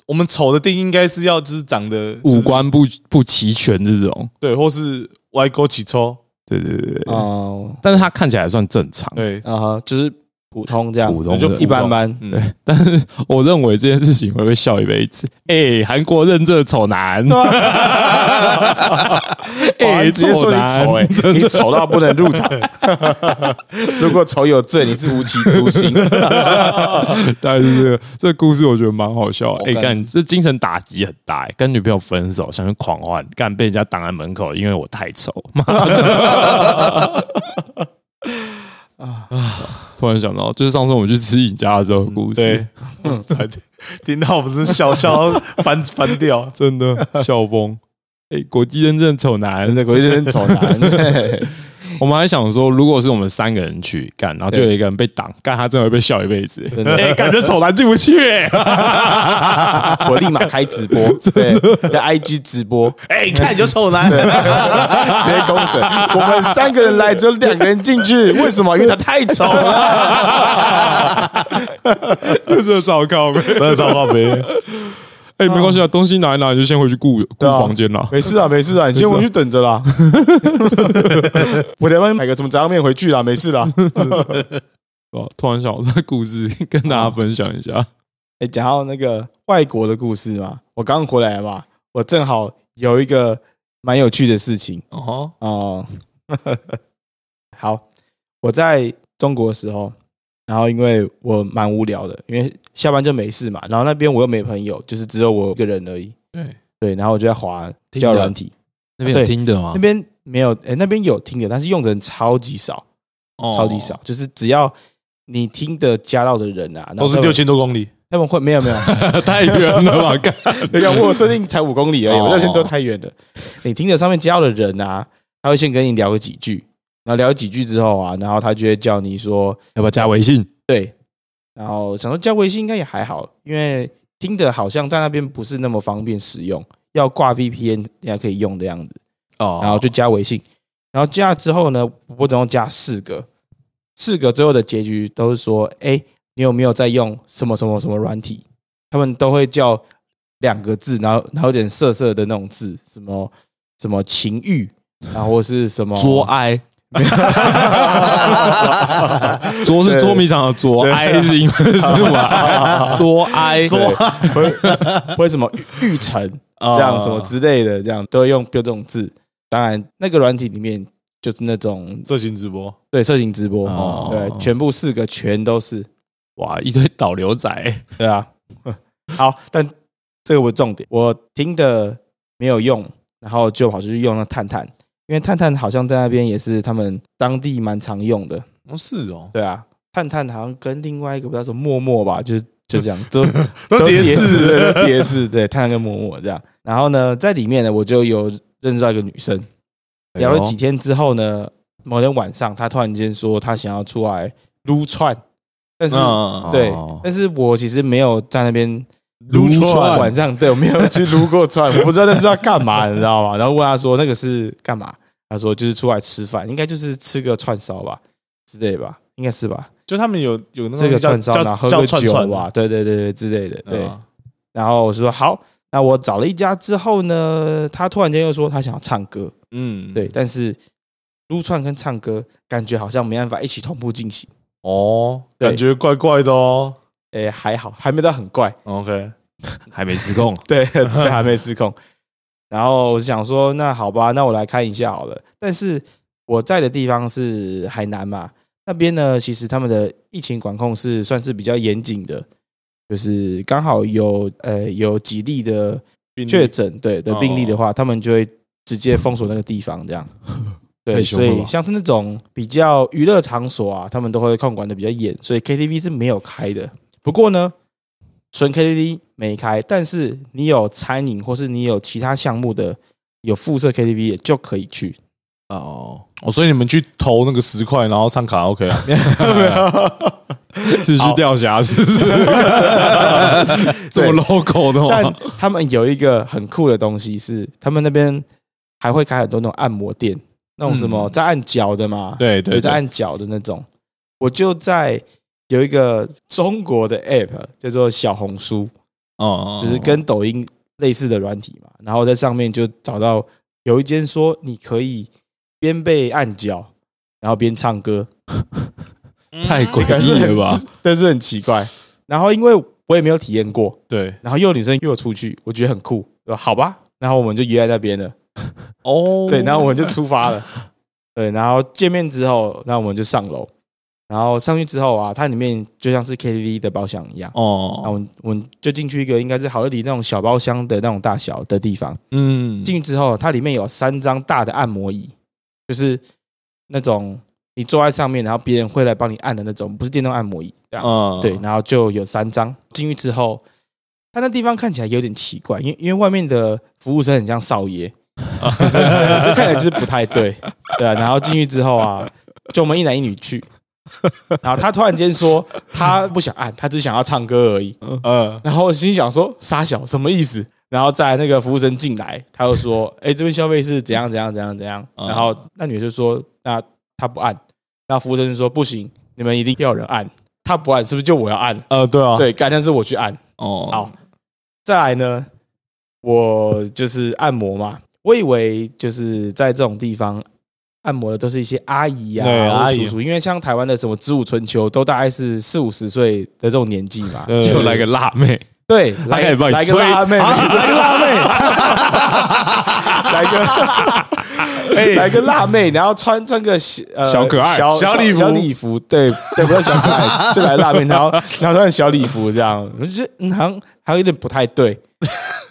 Speaker 2: 我们丑的定义应该是要就是长得就是
Speaker 3: 五官不不齐全这种。
Speaker 2: 对，或是歪勾起抽，
Speaker 3: 对对对对，
Speaker 1: 哦
Speaker 3: 但是他看起来还算正常，
Speaker 2: 对，
Speaker 1: 啊哈，就是普通这样，
Speaker 3: 普通
Speaker 2: 就
Speaker 3: 的
Speaker 2: 普
Speaker 1: 一般般
Speaker 2: 嗯
Speaker 3: 对我认为这件事情会被笑一辈子。哎、韩国认这丑男，
Speaker 1: 哎、
Speaker 3: 哎
Speaker 1: 直接说你丑
Speaker 2: (laughs)
Speaker 1: 哎、你丑到不能入场。 (laughs) 如果丑有罪，你是无期徒
Speaker 2: (laughs)
Speaker 1: 刑。
Speaker 3: 但是这个这个故事我觉得蛮好笑的。哎、
Speaker 1: 我感
Speaker 3: 干这精神打击很大、哎跟女朋友分手想去狂欢，干被人家挡在门口，因为我太丑。妈的！啊
Speaker 1: 啊！
Speaker 3: (laughs) 突然想到，就是上次我们去吃尹家的时候的故事，
Speaker 2: 对，对听到我们是笑笑到翻翻掉，
Speaker 3: 真的笑疯。哎、国际认证丑男
Speaker 1: 真，的，我就认丑男。 (laughs)
Speaker 3: 我们还想说，如果是我们三个人去干，然后就有一个人被挡，干他真的会被笑一辈子。
Speaker 1: 真的
Speaker 3: 哎、干这丑男进不去、哎
Speaker 1: 我立马开
Speaker 2: (laughs)
Speaker 1: 直播，对，在 IG 直播，
Speaker 2: 哎，你看你就
Speaker 1: (laughs)
Speaker 2: 丑男，
Speaker 1: 直接公审。我们三个人来，只有两个人进去，为什么？因为他太丑了。
Speaker 3: 这是糟糕呗。
Speaker 2: (laughs) 真的超靠北。
Speaker 3: 哎、没关系啊，东西拿一拿，你就先回去顾顾
Speaker 1: 对啊
Speaker 3: 房间啦。
Speaker 1: 没 (laughs) 事啊，没事啊，你先回去等着啦。 (laughs) 我等下买个什么炸酱面回去啦，没事啦。
Speaker 3: 对啊突然想到这个故事，跟大
Speaker 1: 哦
Speaker 3: 家分享一下。
Speaker 1: (laughs) 哎、讲到那个外国的故事嘛，我刚回来嘛，我正好有一个蛮有趣的事情
Speaker 3: 哦，
Speaker 1: 哦。 (laughs) 好，我在中国的时候，然后因为我蛮无聊的，因为下班就没事嘛，然后那边我又没朋友，就是只有我一个人而已。
Speaker 3: 对
Speaker 1: 对，然后我就在滑
Speaker 3: 听
Speaker 1: 交友
Speaker 3: 的
Speaker 1: 软体，
Speaker 3: 那
Speaker 1: 边有
Speaker 3: 听的吗
Speaker 1: 那边没有，哎、那边有听的，但是用的人超级少，
Speaker 2: 哦
Speaker 3: 哦
Speaker 1: 超级少，，就是只要你听的加到的人啊，然后
Speaker 2: 都是
Speaker 1: 他们
Speaker 2: 六，千多公 (laughs) 里，
Speaker 1: 他们会没有没有，
Speaker 3: (laughs) 太远了吧？干，
Speaker 1: 没有，我设定才五公里而已，
Speaker 3: 哦
Speaker 1: 我六千多太远了。你听着上面教的人啊，他会先跟你聊个几句，然后聊几句之后啊，然后他就会叫你说
Speaker 3: (laughs) 要不要加微信？
Speaker 1: 对，然后想说加微信应该也还好，因为听着好像在那边不是那么方便使用，要挂 VPN 才可以用的样子。
Speaker 3: 哦
Speaker 1: 然后就加微信，然后加了之后呢，我总共加四个，四个最后的结局都是说，哎，你有没有在用什么什么什么软体？他们都会叫两个字，然后然后有点色色的那种字，什么什么情欲，然后或是什么
Speaker 3: 捉 (laughs) 哀，捉
Speaker 1: 对
Speaker 3: 是捉迷藏的捉，
Speaker 1: 对
Speaker 3: 哀是英文是吗？ (laughs) 捉哀，
Speaker 1: 对或或者什么欲欲成
Speaker 3: 啊
Speaker 1: 这样什么
Speaker 3: 哦
Speaker 1: 之类的，这样都会用用这种字。当然，那个软体里面就是那种
Speaker 2: 色情直播，
Speaker 1: 对色情直播，
Speaker 3: 哦
Speaker 1: 对，全部四个全都是。
Speaker 3: 哇，一堆导流仔，
Speaker 1: 对啊， (laughs) 好，但这个不是重点，我听的没有用，然后就跑出去用了探探，因为探探好像在那边也是他们当地蛮常用的，
Speaker 2: 哦是哦，
Speaker 1: 对啊，探探好像跟另外一个不知道什么陌陌吧，就是就这样，都
Speaker 2: (laughs) 都叠
Speaker 1: 叠
Speaker 2: 字 (laughs)
Speaker 1: 对都叠字，对，探探跟陌陌这样。然后呢，在里面呢，我就有认识到一个女生，
Speaker 2: 哎
Speaker 1: 聊了几天之后呢，某天晚上，她突然间说她想要出来撸串，但是
Speaker 2: 嗯，
Speaker 1: 对
Speaker 3: 哦，
Speaker 1: 但是我其实没有在那边
Speaker 2: 撸串
Speaker 1: 晚上对我没有去撸过串， (laughs) 我不知道那是要干嘛，你知道吗？然后问他说那个是干嘛？他说就是出来吃饭，应该就是吃个串烧吧之类吧，应该是吧？
Speaker 2: 就他们有有那
Speaker 1: 吃个
Speaker 2: 叫
Speaker 1: 串烧，
Speaker 2: 叫
Speaker 1: 然后喝
Speaker 2: 叫
Speaker 1: 个
Speaker 2: 串
Speaker 1: 酒
Speaker 2: 串
Speaker 1: 吧，，对对对对之类的，对。
Speaker 2: 嗯
Speaker 1: 然后我说好，那我找了一家之后呢，他突然间又说他想要唱歌，
Speaker 2: 嗯，
Speaker 1: 对，但是撸串跟唱歌感觉好像没办法一起同步进行，
Speaker 2: 哦，
Speaker 1: 对
Speaker 2: 感觉怪怪的哦。
Speaker 1: 哎诶，还好，还没到很怪。
Speaker 2: OK，
Speaker 3: 还没失控，
Speaker 1: 对， (laughs) 还没失控。然后我就想说，那好吧，那我来看一下好了。但是我在的地方是海南嘛，那边呢，其实他们的疫情管控是算是比较严谨的，就是刚好有呃有几例的
Speaker 3: 嗯
Speaker 1: 确诊对的病例的话，他们就会直接封锁那个地方，这
Speaker 3: (laughs)
Speaker 1: 样。对，
Speaker 3: 太凶
Speaker 1: 所
Speaker 3: 了吧
Speaker 1: 以像是那种比较娱乐场所啊，他们都会控管的比较严，所以 KTV 是没有开的。不过呢，纯 KTV 没开，但是你有餐饮或是你有其他项目的有附设 KTV 也就可以去。
Speaker 3: 哦，
Speaker 2: 哦，所以你们去投那个十块，然后唱卡拉 OK 啊？
Speaker 3: (laughs) 是去钓虾是不
Speaker 1: (laughs)
Speaker 3: 是？这么 local 的
Speaker 1: 但
Speaker 3: 吗？
Speaker 1: 他们有一个很酷的东西是，他们那边还会开很多那种按摩店，那种什么
Speaker 2: 嗯
Speaker 1: 在按脚的嘛，
Speaker 2: 对对
Speaker 1: 有在
Speaker 2: 对，
Speaker 1: 按脚的那种。我就在有一个中国的 app 叫做小红书，
Speaker 2: 哦，
Speaker 1: 就是跟抖音类似的软体嘛，然后在上面就找到有一间说你可以边被按脚，然后边唱歌，
Speaker 2: 嗯
Speaker 3: 太诡异了吧？
Speaker 1: 但是很奇怪。然后因为我也没有体验过，
Speaker 2: 对
Speaker 1: 然后又有女生约我出去，我觉得很酷，我说好吧，然后我们就约在那边了，
Speaker 2: 哦
Speaker 1: 对，然后我们就出发了， (laughs) 对，然后见面之后，那我们就上楼，然后上去之后啊，它里面就像是 KTV 的包厢一样。然后
Speaker 2: 哦，
Speaker 1: 我们我们就进去一个应该是好乐迪那种小包厢的那种大小的地方，
Speaker 2: 嗯，
Speaker 1: 进去之后，它里面有三张大的按摩椅，就是那种你坐在上面，然后别人会来帮你按的那种，不是电动按摩椅。这样、
Speaker 2: 嗯
Speaker 1: 对，，然后就有三张。进去之后，它那地方看起来有点奇怪，因为因为外面的服务生很像少爷，就是就看起来就是不太对，对啊、然后进去之后啊，就我们一男一女去，然后他突然间说他不想按，他只想要唱歌而已。
Speaker 2: 嗯，
Speaker 1: 然后我心里想说傻小什么意思？然后再来那个服务生进来，他又说：“ (laughs) 哎、这边消费是怎样怎样怎样怎样。”
Speaker 2: 嗯
Speaker 1: 然后那女的就说：“那他不按。”那服务生就说：“不行，你们一定要有人按，他不按是不是就我要按？
Speaker 2: 呃，对啊，，
Speaker 1: 对，改天是我去按。
Speaker 2: 哦，
Speaker 1: 好，再来呢，我就是按摩嘛，我以为就是在这种地方按摩的都是一些阿姨啊、
Speaker 2: 对
Speaker 1: 或
Speaker 2: 阿
Speaker 1: 者
Speaker 2: 姨
Speaker 1: 叔叔，因为像台湾的什么《知舞春秋》都大概是四五十岁的这种年纪嘛，
Speaker 2: 对
Speaker 3: 就来个辣妹，
Speaker 1: 对，
Speaker 3: 她可
Speaker 1: 来
Speaker 3: 以帮你
Speaker 1: 来个
Speaker 3: 吹啊
Speaker 1: 辣妹，来个辣 (laughs) 妹，来
Speaker 3: (laughs)
Speaker 1: 个。来个辣妹，然后穿穿个小呃
Speaker 3: 哎小可爱
Speaker 1: 小
Speaker 3: 小礼服
Speaker 1: 小礼服，对对，不要小可爱，就来辣妹，然后然后穿小礼服这样，我就觉得嗯好像好像有点不太对。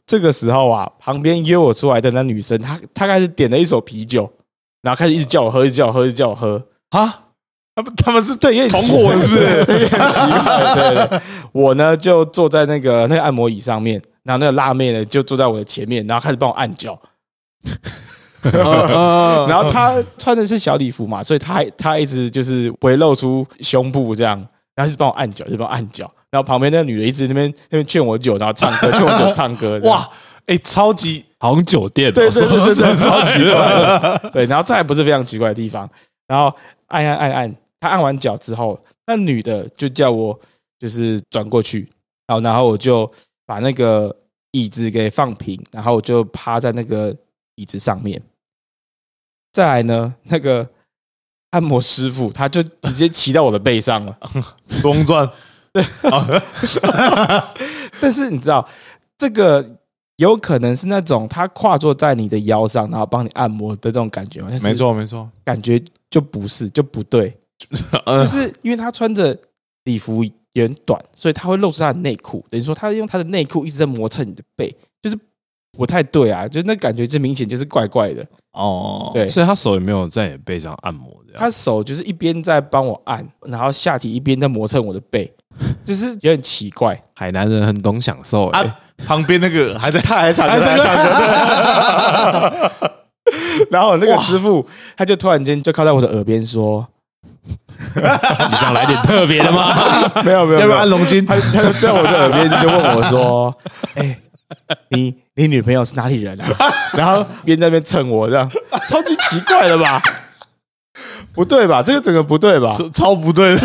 Speaker 1: 这个时候啊，旁边约我出来的那女生，她她开始点了一手啤酒，然后开始一直叫我喝，一直叫我喝，一直叫我喝，
Speaker 2: 啊，他们他们是
Speaker 1: 对，有点奇
Speaker 2: 同伙
Speaker 1: 怪
Speaker 2: 的是不是 (laughs)
Speaker 1: 对有点奇怪。对对对，我呢就坐在那个那个按摩椅上面，然后那个辣妹呢就坐在我的前面，然后开始帮我按脚。
Speaker 2: 然
Speaker 1: 然后她穿的是小礼服嘛，所以她还她一直就是围露出胸部这样，然后是帮我按脚，就帮我按脚。然后旁边那个女的一直那边那边劝我酒，然后唱歌，劝我酒唱歌。
Speaker 2: (laughs)
Speaker 1: 这样，
Speaker 2: 哇，哎，超级
Speaker 3: 好像酒店哦，
Speaker 1: (laughs) 对对对对对，超奇怪的。对，然后再来不是非常奇怪的地方，然后按按按按，他按完脚之后，那女的就叫我就是转过去，然后然后我就把那个椅子给放平，然后我就趴在那个椅子上面。再来呢，那个按摩师傅他就直接骑到我的背上了。
Speaker 2: 公 (laughs) 转，啊 (laughs)
Speaker 1: 但是你知道，这个有可能是那种他跨坐在你的腰上，然后帮你按摩的这种感觉吗？但是
Speaker 2: 没错没错，
Speaker 1: 感觉就不是，就不对， (laughs)
Speaker 2: 就
Speaker 1: 就是因为他穿着礼服也很短，所以他会露出他的内裤，等于说他用他的内裤一直在磨蹭你的背，就是不太对啊，就那感觉这明显就是怪怪的。
Speaker 2: 哦，
Speaker 1: 对
Speaker 3: 所以他手也没有在你背上按摩这样
Speaker 1: 他。手就是一边在帮我按，然后下体一边在磨蹭我的背，就是有点奇怪。
Speaker 3: 海南人很懂享受哎、
Speaker 2: 啊，旁边那个 (laughs) 还在
Speaker 1: 他还 (laughs) 唱歌，他还唱歌。对 (laughs) 然后那个师傅他就突然间就靠在我的耳边说
Speaker 3: (laughs) 你想来点特别的吗？：“
Speaker 1: (laughs) 没有没有，没有
Speaker 2: 龙啊筋
Speaker 1: 他他就在我的耳边就问我说：“哎、你你女朋友是哪里人啊？”然后边在那边蹭我，这样超级奇怪的吧？不对吧？这个整个不对吧？
Speaker 2: 超超不对，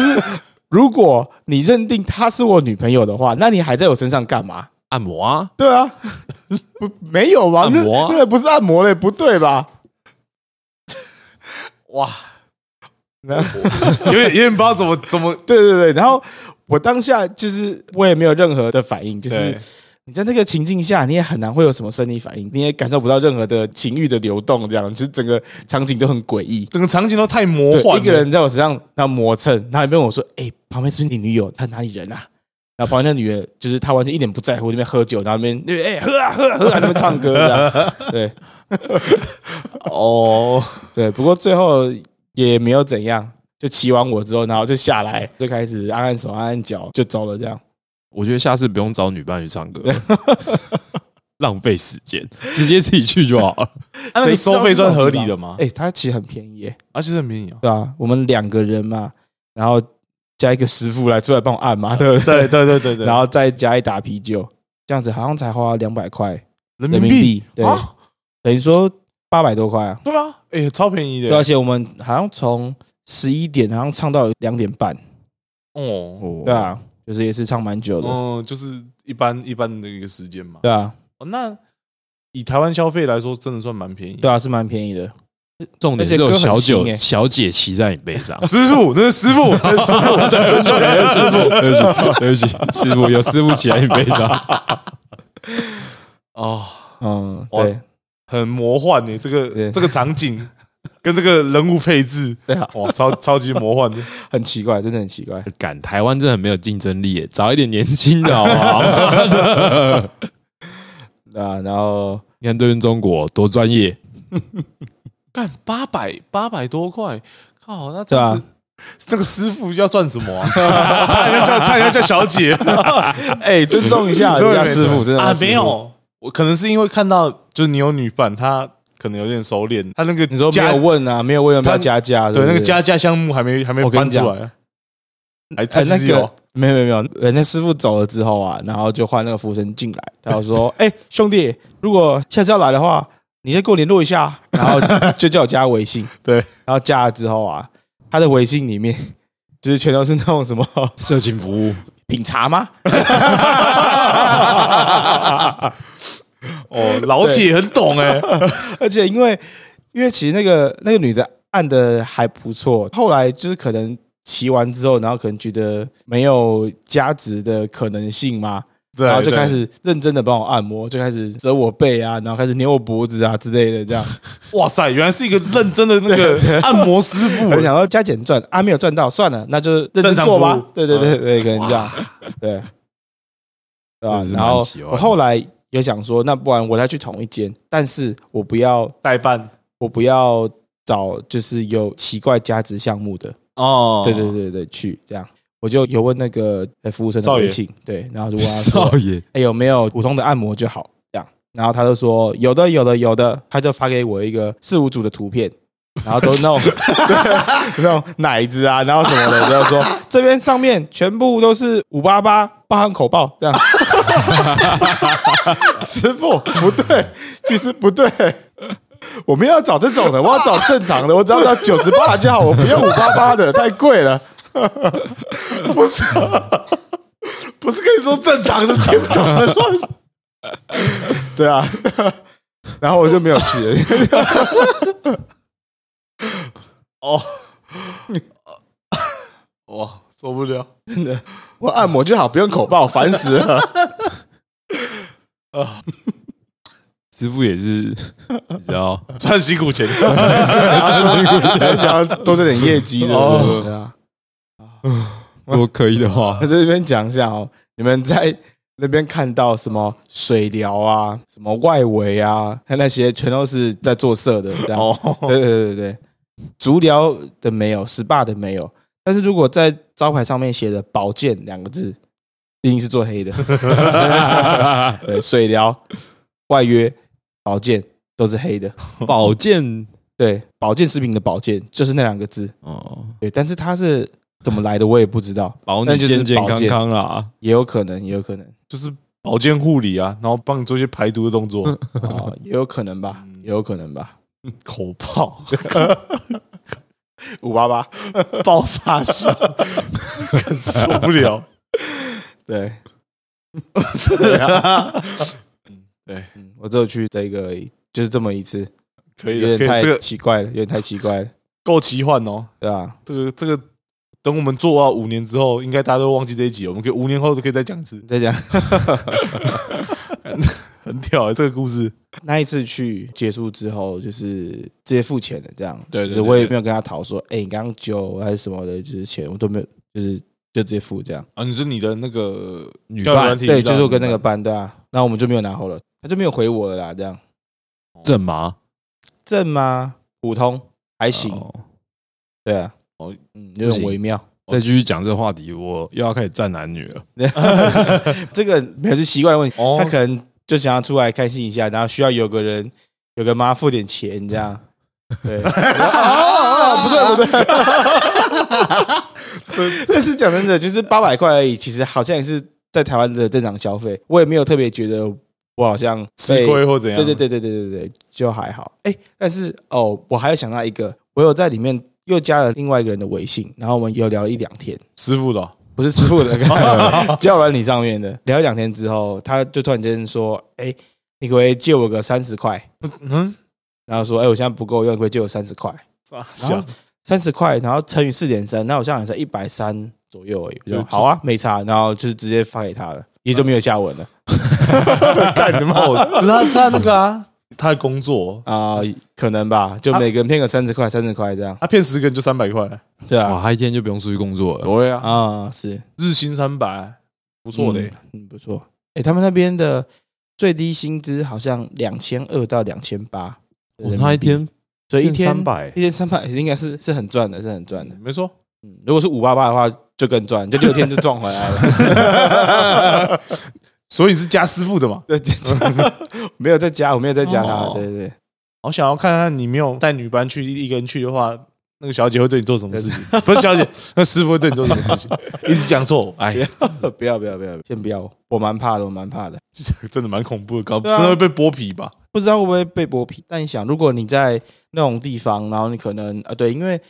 Speaker 1: 如果你认定她是我女朋友的话，那你还在我身上干嘛？
Speaker 3: 按摩啊，
Speaker 1: 对啊，不没有吧？那
Speaker 3: 按摩啊
Speaker 1: 那个不是按摩嘞，不对吧？
Speaker 2: (laughs) 哇，
Speaker 1: 那
Speaker 2: 有点有点不知道怎么怎么，
Speaker 1: 对对对，然后我当下就是我也没有任何的反应，就是
Speaker 2: 对
Speaker 1: 你在那个情境下，你也很难会有什么生理反应，你也感受不到任何的情欲的流动，这样就是整个场景都很诡异。
Speaker 2: 整个场景都太魔
Speaker 1: 对，
Speaker 2: 幻了。
Speaker 1: 一个人在我身上那磨蹭，然后也没问我说：“哎、旁边是不是你女友，她哪里人啊？”然后旁边那女的，就是她完全一点不在乎，那边喝酒，然后那边那边哎、喝啊喝啊喝啊，那边唱歌这
Speaker 2: (laughs)
Speaker 1: 样。对
Speaker 2: 哦，
Speaker 1: 对，不过最后也没有怎样，就骑完我之后，然后就下来，就开始按按手按按脚就走了这样。
Speaker 3: 我觉得下次不用找女伴去唱
Speaker 1: (laughs)
Speaker 3: 歌了，浪费时间，直接自己去
Speaker 1: (laughs)
Speaker 3: 就好了。
Speaker 2: 啊那
Speaker 1: 谁
Speaker 2: 个
Speaker 1: 知道
Speaker 2: 收费
Speaker 1: 这种
Speaker 2: 算合
Speaker 1: 地
Speaker 2: 理
Speaker 1: 方
Speaker 2: 的吗？
Speaker 1: 哎、她其实很便宜耶、
Speaker 2: 啊，就是很便宜啊。
Speaker 1: 对啊，我们两个人嘛，然后加一个师傅来出来帮我按嘛，对不对？
Speaker 2: 对对对啊对对，
Speaker 1: 然后再加一打啤酒，这样子好像才花两百块人
Speaker 2: 人民
Speaker 1: 民
Speaker 2: 币
Speaker 1: 币，对，
Speaker 2: 啊，
Speaker 1: 等于说八百多块啊。
Speaker 2: 对啊，哎，超便宜
Speaker 1: 对，而
Speaker 2: 的
Speaker 1: 且我们好像从十一点好像唱到两点半，
Speaker 2: 哦。
Speaker 3: 哦
Speaker 1: 对，啊，就是也是唱蛮久的，
Speaker 2: 嗯，就是一般一般的一个时间嘛。
Speaker 1: 对啊，
Speaker 2: 哦，那以台湾消费来说，真的算蛮便宜。。
Speaker 1: 对，啊，是蛮便宜的。
Speaker 3: 重点是
Speaker 1: 而
Speaker 3: 有
Speaker 1: 且歌很
Speaker 3: 小
Speaker 1: 新
Speaker 3: 姐
Speaker 1: 欸
Speaker 3: 小姐骑在你背上
Speaker 2: (laughs) 师傅，那是师傅，那是师
Speaker 1: (laughs)
Speaker 2: 傅，对
Speaker 3: 师傅， (laughs) 对不起，对不起，师傅有师傅骑在你背上， (laughs)
Speaker 2: 哦，
Speaker 1: 嗯，
Speaker 2: 哇
Speaker 1: 对
Speaker 2: 很魔幻欸呢，这个
Speaker 1: 对
Speaker 2: 这个场景跟这个人物配置，
Speaker 1: 对啊，
Speaker 2: 哇，超超级魔幻的。
Speaker 1: 很奇怪，真的很奇怪。
Speaker 3: 敢台湾真的很没有竞争力耶，找一点年轻的好不 (laughs) 好？
Speaker 1: 对啊，然
Speaker 2: (laughs)
Speaker 1: 后
Speaker 3: 你看对面中国多专业，
Speaker 2: (laughs) 干八百八百多块，靠，那这
Speaker 1: 对啊
Speaker 2: 样子。那个师傅要赚什么、啊？
Speaker 1: (laughs)
Speaker 2: 差点要叫差点要叫小姐
Speaker 1: 哎，尊重一下人家师傅，真的
Speaker 2: 啊
Speaker 1: 人家师，傅
Speaker 2: 没，有，我可能是因为看到就是你有女伴，她可能有点收敛，她那个
Speaker 1: 你说没有问啊，没有问要不要加价，
Speaker 2: 对
Speaker 1: 不
Speaker 2: 那个加价项目还没还没
Speaker 1: 我跟
Speaker 2: 搬
Speaker 1: 你
Speaker 2: 出
Speaker 1: 讲
Speaker 2: 来啊，还哦
Speaker 1: 哎
Speaker 2: 还，
Speaker 1: 那
Speaker 2: 是有
Speaker 1: 个没有没有没有，人家师傅走了之后啊，然后就换那个服务生进来，然后说：“ (laughs) 哎、兄弟，如果下次要来的话，你先跟我联络一
Speaker 2: (laughs)
Speaker 1: 下。”然后就叫我加微信。
Speaker 2: 对，
Speaker 1: 然后加了之后啊，他的微信里面就是全都是那种什么 (laughs)
Speaker 3: 色情服务，
Speaker 1: 品茶吗？
Speaker 2: (laughs) 哦，老铁很懂哎、
Speaker 1: 而且因为因为其实那个那个女的按的还不错，后来就是可能骑完之后，然后可能觉得没有加值的可能性嘛，
Speaker 2: 对，
Speaker 1: 然后就
Speaker 2: 对
Speaker 1: 开始认真的帮我按摩，就开始折我背啊，然后开始扭我脖子啊之类的，这样。
Speaker 2: 哇塞，原来是一个认真的那个 (laughs) 按摩师傅
Speaker 1: (laughs) 我，想要加减赚啊，没有赚到，算了，那就认真
Speaker 2: 正常
Speaker 1: 做吧
Speaker 2: 服务。嗯
Speaker 1: 对对对对，可能这样，对，对吧
Speaker 3: 真的？是
Speaker 1: 然
Speaker 3: 蛮
Speaker 1: 后
Speaker 3: 奇怪的
Speaker 1: 我后来有想说，那不然我再去同一间，但是我不要，
Speaker 2: 代办
Speaker 1: 我不要找就是有奇怪价值项目的，
Speaker 2: 哦
Speaker 1: 对对对对，去这样。我就有问那个呃服务生的
Speaker 2: 少爷
Speaker 1: 微信，对，然后就问他说
Speaker 3: 少爷，
Speaker 1: 哎、有没有普通的按摩就好这样？然后他就说有的，有的，有的，他就发给我一个四五组的图片， (laughs) 然后都是那种 (laughs) 对那种奶子啊，然后什么的，然后说这边上面全部都是五八八，包含口爆这样。 (laughs) 师傅不对，其实不对。我们要找这种的，我要找正常的，我只要找九十八就好，我不要五八八的，太贵了。 (laughs)
Speaker 2: 不是，不是跟你说正常的听不懂的话，
Speaker 1: (laughs) 对啊，然后我就没有去了。
Speaker 2: 哦，哇，受不了
Speaker 1: 我按摩就好，不用口爆，烦死了。
Speaker 2: 啊！
Speaker 3: 师傅也是，你知道，
Speaker 2: 赚辛苦钱，
Speaker 1: 还想要多挣点业绩的，对不对对啊。
Speaker 3: (laughs) 如果可以的话
Speaker 1: 我，在这边讲一下哦，你们在那边看到什么水疗啊、什么外围啊，还有那些全都是在做色的，这样。
Speaker 2: 哦，
Speaker 1: 对啊对对对，足疗的没有，SPA 的没有，但是如果在招牌上面写的“保健”两个字，一定是做黑的。 (laughs) 对，水疗、外约、保健都是黑的。
Speaker 3: 保健
Speaker 1: 对，保健食品的保健就是那两个字。
Speaker 3: 哦，
Speaker 1: 对，但是它是怎么来的，我也不知道，
Speaker 3: 保
Speaker 1: 那
Speaker 3: 你
Speaker 1: 就是
Speaker 3: 健健
Speaker 1: 保
Speaker 3: 康
Speaker 1: 健
Speaker 3: 康啦。
Speaker 1: 也有可能，也有可能
Speaker 2: 就是 (laughs) 保健护理啊，然后帮你做一些排毒的动作，
Speaker 1: 啊、也有可能吧，
Speaker 2: 嗯
Speaker 1: 也有可能吧。
Speaker 2: 口爆
Speaker 1: 五八八，
Speaker 2: 爆炸笑，更受不了。
Speaker 1: 对，啊
Speaker 2: (laughs) 对，
Speaker 1: 嗯，我只有去这个而已，就是这么一次，
Speaker 2: 可以
Speaker 1: 有
Speaker 2: 哎了，可
Speaker 1: 点
Speaker 2: 以，这
Speaker 1: 太
Speaker 2: 个
Speaker 1: 奇怪了，有点太奇怪了，
Speaker 2: 够奇幻哦。
Speaker 1: 对吧、
Speaker 2: 这个这个，等我们做到五年之后，应该大家都忘记这一集了，我们可以五年后就可以再讲一次。
Speaker 1: 再讲，
Speaker 2: (laughs) 很屌、欸、这个故事。
Speaker 1: 那一次去结束之后，就是直接付钱的这样。
Speaker 2: 对对
Speaker 1: 就是
Speaker 2: 对
Speaker 1: 我也
Speaker 2: 对
Speaker 1: 没有跟他讨说，哎、你刚刚酒还是什么的，就是钱我都没有，就是就直接付这样。
Speaker 2: 啊，你说你的那个
Speaker 3: 女
Speaker 2: 交友软
Speaker 3: 伴
Speaker 2: 体
Speaker 1: 对，
Speaker 2: 遇到
Speaker 1: 就是我跟
Speaker 2: 女
Speaker 1: 那个
Speaker 2: 伴
Speaker 1: 班对啊，那我们就没有拿后了，他就没有回我了啦，这样
Speaker 3: 正吗？
Speaker 1: 正吗？普通还行，
Speaker 3: 哦
Speaker 1: 对啊，
Speaker 2: 哦
Speaker 1: 嗯，有点
Speaker 3: 不行
Speaker 1: 微
Speaker 2: (laughs)
Speaker 1: 妙。 (laughs)
Speaker 3: 再继续讲这个话题，我又要开始站男女了。
Speaker 1: 这个没有是习惯的问题，
Speaker 2: 哦
Speaker 1: 他可能就想要出来开心一下，然后需要有个人有个妈付点钱这样。
Speaker 2: (laughs)
Speaker 1: 对，我说哦，不对不对，但是讲真的，就是八百块而已，其实好像也是在台湾的正常消费，我也没有特别觉得我好像
Speaker 2: 吃
Speaker 1: 被
Speaker 2: 亏或怎样？
Speaker 1: 对对对对对对对，就还好。哎，但是哦，我还有想到一个，我有在里面又加了另外一个人的微信，然后我们有聊了一两天，
Speaker 2: 师傅的哦、
Speaker 1: 不是师傅 (laughs) 的，交友软体上面的。聊一两天之后，他就突然间说：“哎、你可不可以借我个三十块
Speaker 2: 嗯，？”
Speaker 1: 然后说：“哎、我现在不够用，可不可以借我三十块
Speaker 2: 傻？”
Speaker 1: 然
Speaker 2: 笑
Speaker 1: 后，三十块，然后乘以四点三，那我现在才一百三左右而已。我
Speaker 2: 就
Speaker 1: 就好啊，没差。然后就是直接发给他了，也就没有下文了。 (laughs) 干什么
Speaker 2: 哦，只是他他那个啊，他的工作，
Speaker 1: 啊、
Speaker 2: 哦
Speaker 1: 可能吧，就每个人骗个三十块，三十块这样。
Speaker 2: 他骗十个人就三百块，
Speaker 1: 对啊，
Speaker 3: 哇，他一天就不用出去工作了。
Speaker 2: 对啊，
Speaker 1: 啊、是
Speaker 2: 日薪三百，不错的欸、
Speaker 1: 嗯，嗯不错。哎、他们那边的最低薪资好像两千二到两千八，
Speaker 3: 哇哦他一天
Speaker 1: 所以一
Speaker 3: 变
Speaker 1: 天
Speaker 3: 300
Speaker 1: 一天三百应该是是很赚的，是很赚的。
Speaker 2: 没错， (laughs)
Speaker 1: 嗯，如果是五八八的话，就更赚，就六天就赚回来
Speaker 2: (laughs)
Speaker 1: 了。
Speaker 2: 所以是加师傅的嘛？
Speaker 1: 对，没有在加，我没有在加他
Speaker 2: 哦。
Speaker 1: 对对对，
Speaker 2: 我想要看看你没有带女班去一个人去的话，那个小姐会对你做什么事情？不是小姐，那师傅会对你做什
Speaker 1: (laughs)
Speaker 2: 么事情？一直讲错，哎，
Speaker 1: 不要不要不要，先不要，我蛮怕的，我蛮怕的。
Speaker 2: (laughs) 真的蛮恐怖的，搞
Speaker 1: 对啊
Speaker 2: 真的会被剥皮吧？
Speaker 1: 不知道会不会被剥皮。但你想，如果你在那种地方，然后你可能啊，对，因为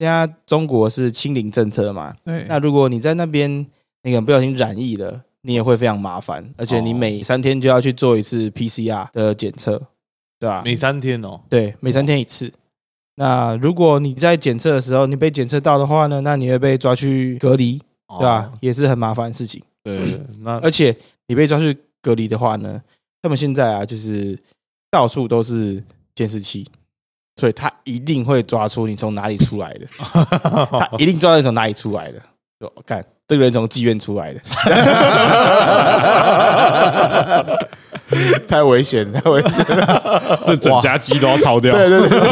Speaker 1: 现在中国是清零政策嘛，
Speaker 2: 对
Speaker 1: 那如果你在那边，你可能不小心染疫了，你也会非常麻烦，而且你
Speaker 2: 哦
Speaker 1: 每三天就要去做一次 PCR 的检测，对吧、
Speaker 2: 每三天哦，
Speaker 1: 对，每三天一次。那如果你在检测的时候，你被检测到的话呢，那你会被抓去隔离，对啊嗯吧、
Speaker 2: 哦？
Speaker 1: 也是很麻烦的事情。
Speaker 2: 对，那
Speaker 1: 而且你被抓去隔离的话呢，他们现在啊，就是到处都是监视器，所以他一定会抓出你从哪里出来的， (laughs)
Speaker 2: 哦 (laughs)
Speaker 1: 他一定抓到你从哪里出来的。就看这个人从妓院出 (laughs) 来的，太危险，太危险。
Speaker 3: 这整家鸡都要抄掉。
Speaker 1: 对对对。 (laughs)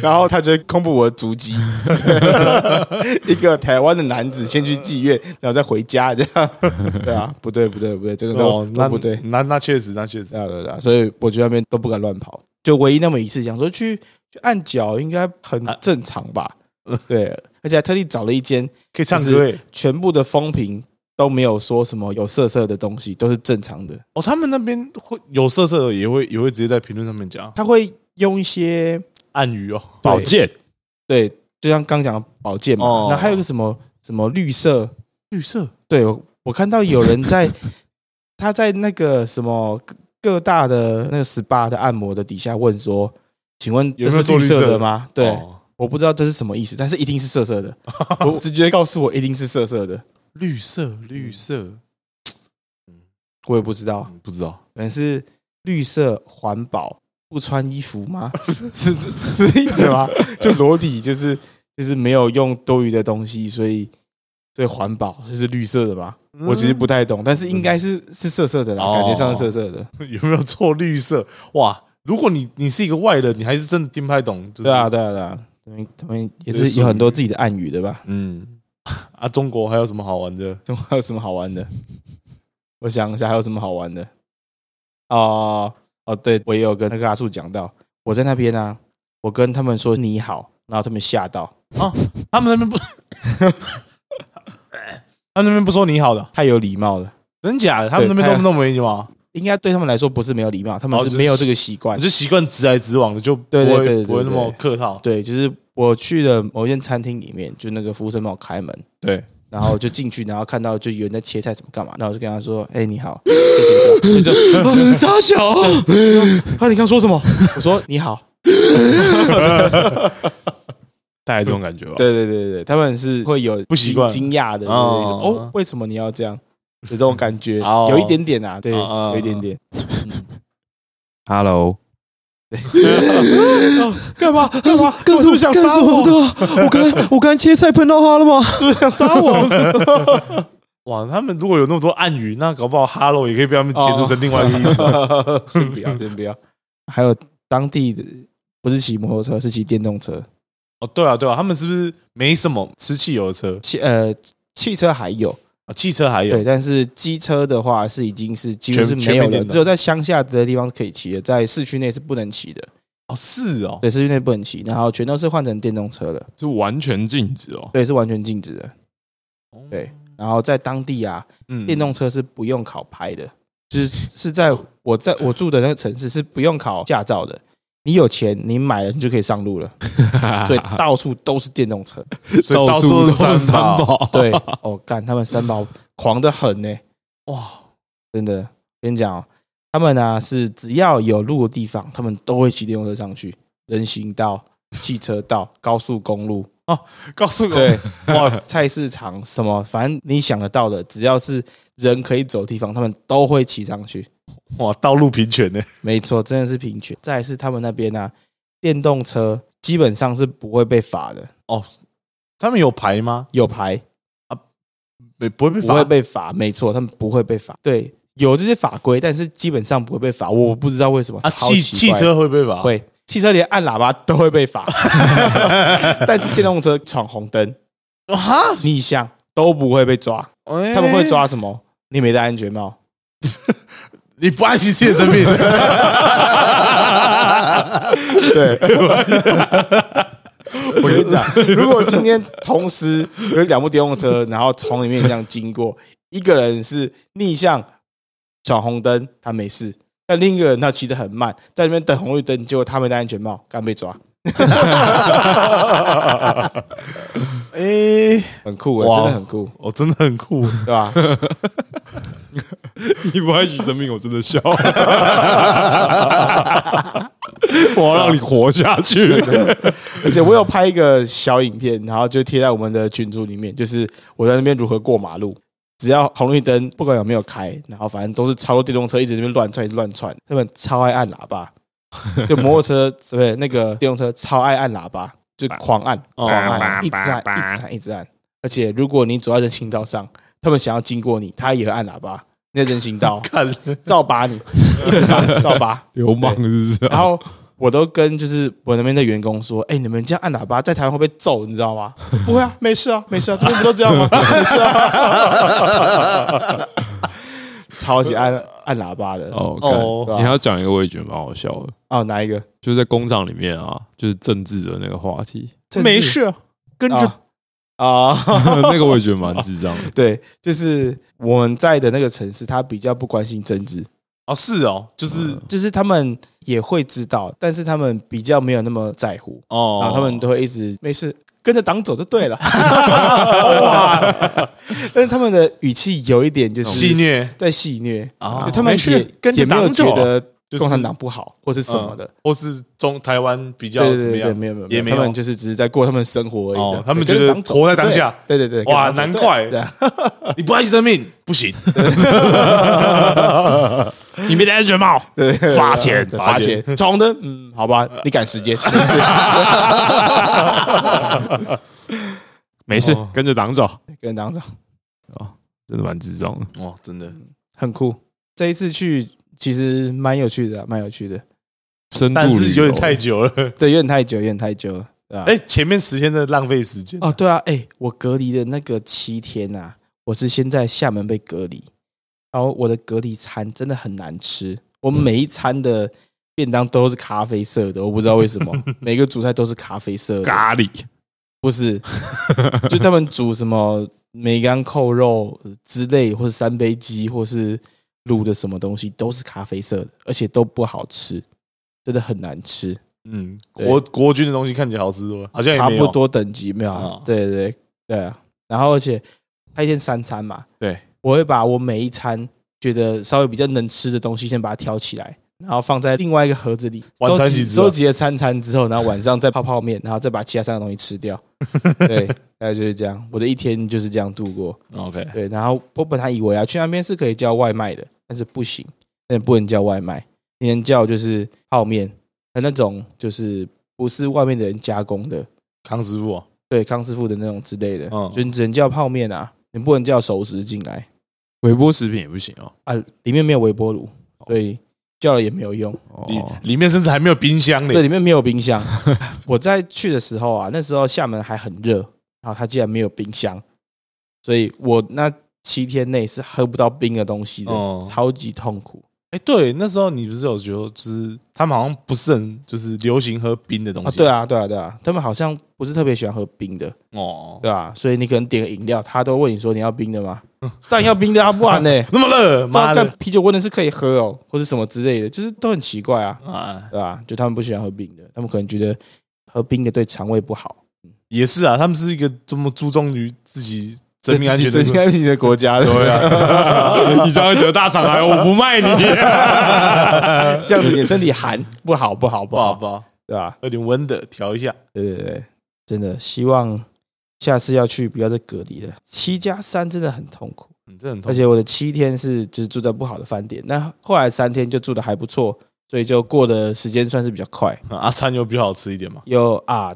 Speaker 1: 然后他就会公布我的足迹， (laughs) 一个台湾的男子先去妓院，然后再回家，这样对啊，不对不对不对，这个都、
Speaker 2: 哦，那
Speaker 1: 都不对，
Speaker 2: 那那确实，那确实，
Speaker 1: 对啊对啊对啊，所以我觉得那边都不敢乱跑，就唯一那么一次，想说去去按脚应该很正常吧，
Speaker 2: 嗯
Speaker 1: 对，而且还特地找了一间
Speaker 2: 可以唱歌欸
Speaker 1: 全部的风评都没有说什么有色色的东西，都是正常的，
Speaker 2: 哦。他们那边会有色色的，也会也会直接在评论上面讲
Speaker 1: 他会用一些
Speaker 2: 暗语哦。
Speaker 3: 宝剑，
Speaker 1: 对，就像刚讲的宝剑嘛，
Speaker 2: 哦
Speaker 1: 然后还有一个什么什么绿色，
Speaker 2: 绿色
Speaker 1: 对我我看到有人在 (laughs) 他在那个什么各各大的那个 SPA 的按摩的底下问说，请问
Speaker 2: 有
Speaker 1: 这
Speaker 2: 没有
Speaker 1: 是
Speaker 2: 做
Speaker 1: 绿
Speaker 2: 绿色
Speaker 1: 色
Speaker 2: 的
Speaker 1: 的吗？对，
Speaker 2: 哦
Speaker 1: 我不知道这是什么意思，但是一定是色色
Speaker 2: (laughs)
Speaker 1: 的，我直觉告诉我一定是色色的，
Speaker 2: 绿色绿色，
Speaker 1: 我也不知道，
Speaker 2: 嗯不知道
Speaker 1: 可能是绿色环保。不穿衣服
Speaker 2: (laughs)
Speaker 1: 吗？是是是意思吗？就裸体，就是就是没有用多余的东西，所以所以环保就是绿色的吧？我其实不太懂，但是应该是是色色的啦，
Speaker 2: 嗯哦
Speaker 1: 感觉上是色色的。
Speaker 2: (laughs) 有没有做绿色哇。如果你你是一个外人，你还是真的听不太懂。就是
Speaker 1: 对啊，，对啊，对啊，他们他们也是有很多自己的暗语的吧？
Speaker 2: 嗯 (laughs) 啊，中国还有什么好玩的？
Speaker 1: 中国还有什么好玩的？我想一下，还有什么好玩的？哦哦，对我也有跟那个阿树讲到，我在那边啊，我跟他们说你好，然后他们吓到，
Speaker 2: 他们那边不， (laughs) 他们那边不说你好的，
Speaker 1: 太有礼貌了。
Speaker 2: 真假的？他们那边
Speaker 1: 对哎
Speaker 2: 都那么没礼貌，
Speaker 1: 应该对他们来说不是没有礼貌，他们
Speaker 2: 哦就是
Speaker 1: 是没有这个习惯
Speaker 2: 你。就习惯直来直往的，就不
Speaker 1: 对对
Speaker 2: 会
Speaker 1: 对对
Speaker 2: 不会那么
Speaker 1: 对
Speaker 2: 客套。
Speaker 1: 对，就是我去了某一间餐厅里面，就那个服务生帮我开门，
Speaker 2: 对，
Speaker 1: 然后就进去，然后看到就有人在切菜，怎么干嘛？然后我就跟他说：“哎、你好，谢谢。”就
Speaker 2: (laughs)
Speaker 1: (laughs)
Speaker 3: 傻小，
Speaker 1: 啊，你刚说什么？我说你好。
Speaker 3: 大概这种感觉吧。
Speaker 1: 对对对对，他们是会有
Speaker 2: 不习惯
Speaker 1: 惊惊讶的，对对对
Speaker 2: 哦
Speaker 1: 哦，为什么你要这样？这种感觉，
Speaker 2: (laughs) 哦
Speaker 1: 有一点点啊，对，
Speaker 2: 哦哦哦
Speaker 1: 有一点点。
Speaker 3: Hello，
Speaker 1: 干嘛？干嘛？
Speaker 3: 更
Speaker 1: 我是不是想杀我？
Speaker 3: 的啊？我
Speaker 1: (laughs)
Speaker 3: 刚才我刚才切菜碰到他了吗？
Speaker 1: 是不是想杀
Speaker 2: (laughs)
Speaker 1: 我？
Speaker 2: 哇，他们如果有那么多暗语，那搞不好 “hello” 也可以被他们解读成另外一个意思。
Speaker 1: 思。先不要，先不要。还有当地的不是骑摩托车，是骑电动车。
Speaker 2: 哦，对啊，对啊，他们是不是没什么吃汽油的车
Speaker 1: 汽呃汽车还有
Speaker 2: 啊？汽车还有
Speaker 1: 对，但是机车的话是已经是几乎
Speaker 2: 全
Speaker 1: 是没有
Speaker 2: 全面
Speaker 1: 了，
Speaker 2: 电动
Speaker 1: 只有在乡下的地方是可以骑的，在市区内是不能骑的。
Speaker 2: 哦，是哦，
Speaker 1: 对，市区内不能骑，然后全都是换成电动车了。
Speaker 3: 是完全禁止哦。
Speaker 1: 对，是完全禁止的。对，然后在当地啊，
Speaker 2: 哦嗯
Speaker 1: 电动车是不用考牌的，就是是在我在我住的那个城市是不用考驾照的。你有钱，你买了你就可以上路了，所以到处都是电动车。
Speaker 2: 所以到
Speaker 3: 处
Speaker 2: 处
Speaker 3: 都
Speaker 2: 都
Speaker 3: 是
Speaker 2: 是
Speaker 3: 三
Speaker 2: 三宝。
Speaker 3: 宝，
Speaker 1: 对，哦，干，他们三宝狂的很呢、
Speaker 2: 哇，
Speaker 1: 真的。跟你讲哦，他们啊是只要有路的地方，他们都会骑电动车上去，人行道、汽车道、高速公路，
Speaker 2: 告诉我，
Speaker 1: 对，
Speaker 2: 哇，
Speaker 1: 菜市场什么，反正你想得到的，只要是人可以走的地方，他们都会骑上去。
Speaker 2: 哇，道路平权呢？
Speaker 1: 没错，真的是平权。再来是他们那边啊，电动车基本上是不会被罚的，
Speaker 2: 他们有牌吗？
Speaker 1: 有牌
Speaker 2: 没，不会被
Speaker 1: 不
Speaker 2: 罚
Speaker 1: 会被罚。没错，他们不会被罚。对，有这些法规，但是基本上不会被罚。我不知道为什么
Speaker 2: 啊？
Speaker 1: 超
Speaker 2: 汽
Speaker 1: 奇
Speaker 2: 汽
Speaker 1: 怪
Speaker 2: 车会被罚？
Speaker 1: 会，汽车连按喇叭都会被
Speaker 2: (laughs)
Speaker 1: 罚，但是电动车闯红灯、
Speaker 2: 啊？
Speaker 1: 逆向都不会被抓。他
Speaker 2: 他
Speaker 1: 们会？抓什么？你没戴安全帽。
Speaker 2: 你不爱惜自己的生
Speaker 1: (laughs)
Speaker 2: 命？
Speaker 1: 对， (laughs) 我跟你讲，如果今天同时有两部电动车，然后从里面这样经过，一个人是逆向闯红灯，他没事；但另一个人他骑得很慢，在那边等红绿灯，结果他没戴安全帽，刚被抓， (laughs)
Speaker 2: 哎，
Speaker 1: 很酷、欸，
Speaker 2: 哇
Speaker 1: 真的很酷，
Speaker 2: 我真的很酷，
Speaker 1: 对吧？
Speaker 3: (laughs) 你不爱惜生命，我真的 (laughs) 笑。我要让你活下去。
Speaker 1: 而且我有拍一个小影片，然后就贴在我们的群组里面，就是我在那边如何过马路。只要红绿灯不管有没有开，然后反正都是超过电动车一直在那边乱窜，一直乱窜，他们超爱按喇叭，就摩托车对不对？那个电动车超爱按喇叭，就狂按
Speaker 2: 哦
Speaker 1: 狂
Speaker 2: 哎
Speaker 1: 按，一直按一直按一直按。而且如果你走在人行道上，他们想要经过你，他也会按喇叭。那人行道
Speaker 2: 看
Speaker 1: 照拔你，一直拔照拔。
Speaker 3: 流氓是不
Speaker 2: (laughs)
Speaker 3: 是、
Speaker 1: 然
Speaker 3: 啊？
Speaker 1: 后我都跟就是我那边的员工说，哎、你们这样按喇叭在台湾会被揍，你知道
Speaker 2: (laughs)
Speaker 1: 吗？不会啊，没事啊，没事啊，这边不都这样吗？没事啊，超级按按喇叭的
Speaker 3: 哦
Speaker 2: 哦
Speaker 1: 对吧啊
Speaker 3: 你还要讲一个，我也觉得蛮好笑的，
Speaker 1: 哦，哪一个？
Speaker 3: 就是在工厂里面啊，就是政治的那个话
Speaker 1: (laughs)
Speaker 3: 题，
Speaker 1: 政治
Speaker 2: 哦没事，跟着
Speaker 1: 啊啊，
Speaker 3: 那个我也觉得蛮智障的。
Speaker 1: (laughs) 对，就是我们在的那个城市，他比较不关心政治，
Speaker 2: 哦，是哦，就是
Speaker 1: 就是他们也会知道，但是他们比较没有那么在乎，
Speaker 2: 哦，
Speaker 1: 然啊后他们都会一直没事跟着党走就
Speaker 2: (laughs)
Speaker 1: 对了。
Speaker 2: 哇，
Speaker 1: 但是他们的语气有一点就是
Speaker 2: 戏虐
Speaker 1: 在戏虐，
Speaker 2: 啊
Speaker 1: 就他们
Speaker 2: 没事
Speaker 1: 也
Speaker 2: 跟着
Speaker 1: 也没有
Speaker 2: 党走
Speaker 1: 觉得
Speaker 2: 就是
Speaker 1: 共产党不好或是什么的，
Speaker 2: 嗯或是中台湾比较
Speaker 1: 对
Speaker 2: 怎
Speaker 1: 对
Speaker 2: 么
Speaker 1: 对对，
Speaker 2: 样？
Speaker 1: 没有没有，
Speaker 2: 也没有
Speaker 1: 他们就是只是在过他们生活而已
Speaker 2: 哦
Speaker 1: 的。
Speaker 2: 他们
Speaker 1: 对
Speaker 2: 觉得
Speaker 1: 跟着党走
Speaker 2: 活在当下
Speaker 1: 对对对，对
Speaker 2: 哇
Speaker 1: 跟着党走
Speaker 2: 难怪
Speaker 1: 对
Speaker 2: 你不爱惜生命不
Speaker 1: (laughs)
Speaker 2: 行，
Speaker 3: 你没戴安全帽，
Speaker 1: 对对，对啊
Speaker 3: 罚钱
Speaker 1: 对
Speaker 3: 罚
Speaker 1: 罚钱，闯红灯，嗯，好吧，你赶
Speaker 2: (laughs)
Speaker 1: 时间，没事，
Speaker 3: 没事，
Speaker 2: 哦
Speaker 3: 跟着党走，
Speaker 1: 跟着党走，
Speaker 3: 真的蛮智障的。
Speaker 2: 哇，真的，
Speaker 1: 很酷。这一次去其实蛮有趣的啊，蛮有趣的，
Speaker 3: 深度
Speaker 2: 但是
Speaker 3: 旅
Speaker 2: 有
Speaker 3: 游
Speaker 2: 点太久了。
Speaker 1: 对，有点太久，有点太久了，对吧？
Speaker 2: (laughs) 哎，前面时间真的浪费时间
Speaker 1: 哦，对啊，哎、我隔离的那个七天啊，我是先在厦门被隔离，然后我的隔离餐真的很难吃，我每一餐的便当都是咖啡色的，我不知道为什么，每个主菜都是咖啡色的，
Speaker 3: 咖喱，
Speaker 1: 不是，就他们煮什么梅干扣肉之类，或是三杯鸡，或是卤的什么东西，都是咖啡色的，而且都不好吃，真的很难吃。
Speaker 2: 嗯，
Speaker 1: 对
Speaker 2: 国国军的东西看起来好吃多了，好像也
Speaker 1: 差
Speaker 2: 没有
Speaker 1: 不。多等级没有啊
Speaker 2: 哦，
Speaker 1: 对对对对啊。然后而且他一天三餐嘛，
Speaker 2: 对，
Speaker 1: 我会把我每一餐觉得稍微比较能吃的东西先把它挑起来，然后放在另外一个盒子里，
Speaker 2: 晚餐
Speaker 1: 收集
Speaker 2: 几只啊
Speaker 1: 收集了三餐之后，然后晚上再泡泡面，然后再把其他三个东西吃
Speaker 2: (laughs)
Speaker 1: 掉。对，大概就是这样。我的一天就是这样度过。
Speaker 2: OK，
Speaker 1: 对，然后我本来以为啊，去那边是可以叫外卖的，但是不行，那你不能叫外卖，你能叫就是泡面，和那种就是不是外面的人加工的，
Speaker 2: 康师傅啊，
Speaker 1: 对康师傅的那种之类的，
Speaker 2: 嗯
Speaker 1: 就你只能叫泡面啊，你不能叫熟食进来
Speaker 3: 微波食品也不行哦。
Speaker 1: 啊，里面没有微波炉，所以叫了也没有用。
Speaker 2: 里
Speaker 3: 哦，
Speaker 2: 里面甚至还没有冰箱
Speaker 1: 对，
Speaker 2: 呢。
Speaker 1: 里面没有冰箱。 (laughs) 我在去的时候啊，那时候厦门还很热，然后它竟然没有冰箱，所以我那七天内是喝不到冰的东西的，
Speaker 2: 哦
Speaker 1: 超级痛苦。
Speaker 2: 哎，对，那时候你不是有觉得，就是他们好像不是很就是流行喝冰的东
Speaker 1: 啊，
Speaker 2: 西。
Speaker 1: 对，啊，对啊，对啊，他们好像不是特别喜欢喝冰的，
Speaker 2: 哦，
Speaker 1: 对吧、所以你可能点个饮料，他都问你说你要冰的吗？ (laughs) 当然要冰的啊，不然呢、
Speaker 2: 那么热，妈
Speaker 1: 妈
Speaker 2: 的
Speaker 1: 的，啤酒问的是可以喝哦，或者什么之类的，就是都很奇怪啊，
Speaker 2: 啊，
Speaker 1: 对吧、就他们不喜欢喝冰的，他们可能觉得喝冰的对肠胃不好。
Speaker 2: (laughs) 也是啊，他们是一个这么注重于自己生命安
Speaker 1: (laughs)
Speaker 2: 全
Speaker 1: 增
Speaker 2: 的。
Speaker 1: 加你的国家，对啊
Speaker 3: 你这样会得大肠癌，我不 (laughs) 卖你。
Speaker 1: 这样子你身体寒不好，不好，不
Speaker 2: 不好 (laughs)
Speaker 1: 好，
Speaker 2: 不好，
Speaker 1: 对吧？
Speaker 2: 喝点温的调一下。
Speaker 1: 对对对，真的希望下次要去不要再隔离了。七加三真的很痛苦，
Speaker 2: 嗯，这很
Speaker 1: 而
Speaker 2: 痛苦。
Speaker 1: 且我的七天是就是住在不好的饭店，那后来三天就住的还不错，所以就过的时间算是比较快。
Speaker 2: 啊，餐油比较好吃一点嘛。
Speaker 1: 有啊，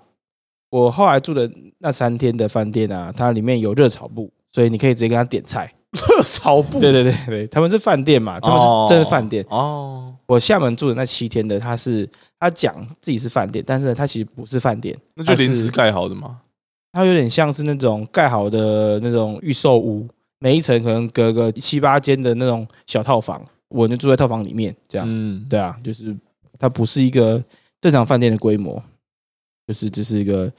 Speaker 1: 我后来住的那三天的饭店啊，它里面有热炒部，所以你可以直接跟他点菜。
Speaker 2: 热炒部
Speaker 1: 对对对对，他们是饭店嘛，他们
Speaker 2: 哦
Speaker 1: 是真是饭店。
Speaker 2: 哦，
Speaker 1: 我厦门住的那七天的，他是他讲自己是饭店，但是呢，他其实不是饭店，
Speaker 2: 那就临
Speaker 1: 它
Speaker 2: 时
Speaker 1: 是
Speaker 2: 盖好的嘛。
Speaker 1: 它有点像是那种盖好的那种预售屋，每一层可能隔个七八间的那种小套房，我就住在套房里面，这样，
Speaker 2: 嗯，
Speaker 1: 对啊，就是它不是一个正常饭店的规模，就是只是一个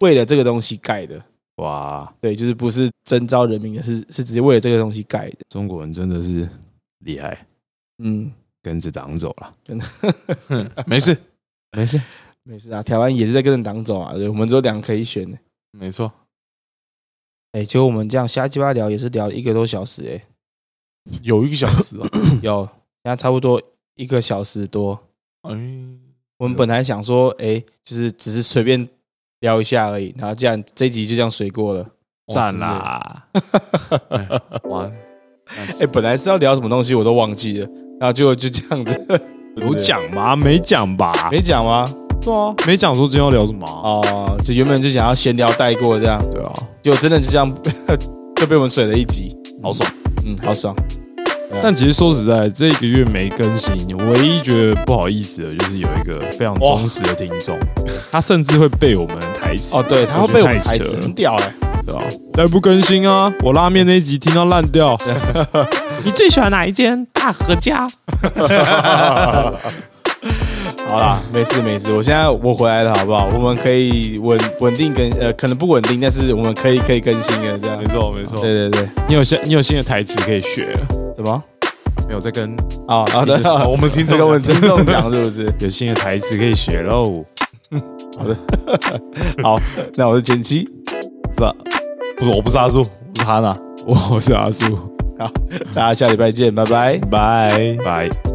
Speaker 1: 为了这个东西盖的，
Speaker 3: 哇，
Speaker 1: 对，就是不是征召人民的，是是直接为了这个东西盖的，
Speaker 3: 中国人真的是厉害，
Speaker 1: 嗯，
Speaker 3: 跟着党走了。
Speaker 2: 没事，
Speaker 3: 没事，
Speaker 1: 没事啊，台湾也是在跟着党走啊，对我们只有两个可以选的。
Speaker 2: 没错。
Speaker 1: 哎、结果我们这样瞎鸡巴聊也是聊了一个多小时、欸，
Speaker 2: 有一个小时哦。
Speaker 1: 有，现在差不多一个小时多。
Speaker 2: 哎，
Speaker 1: 我们本来想说，哎、就是只是随便聊一下而已，然后这样这一集就这样水过了。
Speaker 3: 赞啦！哎哇，
Speaker 1: 哎、本来是要聊什么东西我都忘记了，然后结果就这样子 (laughs)
Speaker 3: 有讲吗？没讲吧？
Speaker 1: 没讲吗？
Speaker 3: 对啊，没讲说今天要聊什么啊？
Speaker 1: 哦、就原本就想要闲聊带过这样，
Speaker 3: 对啊，
Speaker 1: 结果真的就这样 (laughs) 就被我们水了一集，
Speaker 3: 好爽。
Speaker 1: 嗯，好爽。
Speaker 3: 但其实说实在，这个月没更新，唯一觉得不好意思的就是有一个非常忠实的听众，他甚至会背我们的台词
Speaker 1: 哦，对，他会被我们台
Speaker 3: 我觉
Speaker 1: 词
Speaker 3: 得太扯了
Speaker 1: 很屌哎、
Speaker 3: 对啊，再不更新啊，我拉面那一集听到烂
Speaker 1: (laughs)
Speaker 3: 掉。你最喜欢哪一间大和家？
Speaker 1: 好啦，没事没事，我现在我回来了，好不好？我们可以稳稳定更呃，可能不稳定，但是我们可以可以更新了，这样
Speaker 2: 没。错没错。
Speaker 1: 对对对，
Speaker 3: 你有新你有新的台词可以学了，
Speaker 1: 什么？
Speaker 3: 没有在跟
Speaker 1: 哦，好的，
Speaker 2: 好我们听众
Speaker 1: 这个问听众讲是不是？
Speaker 3: 有新的台词可以学喽。
Speaker 1: (laughs) 好，那我是前妻，
Speaker 2: 是啊，不是我不是阿叔，我是哈娜。
Speaker 3: 我是阿叔，
Speaker 1: 好，大家下礼拜见，拜拜。
Speaker 2: 拜。
Speaker 3: 拜。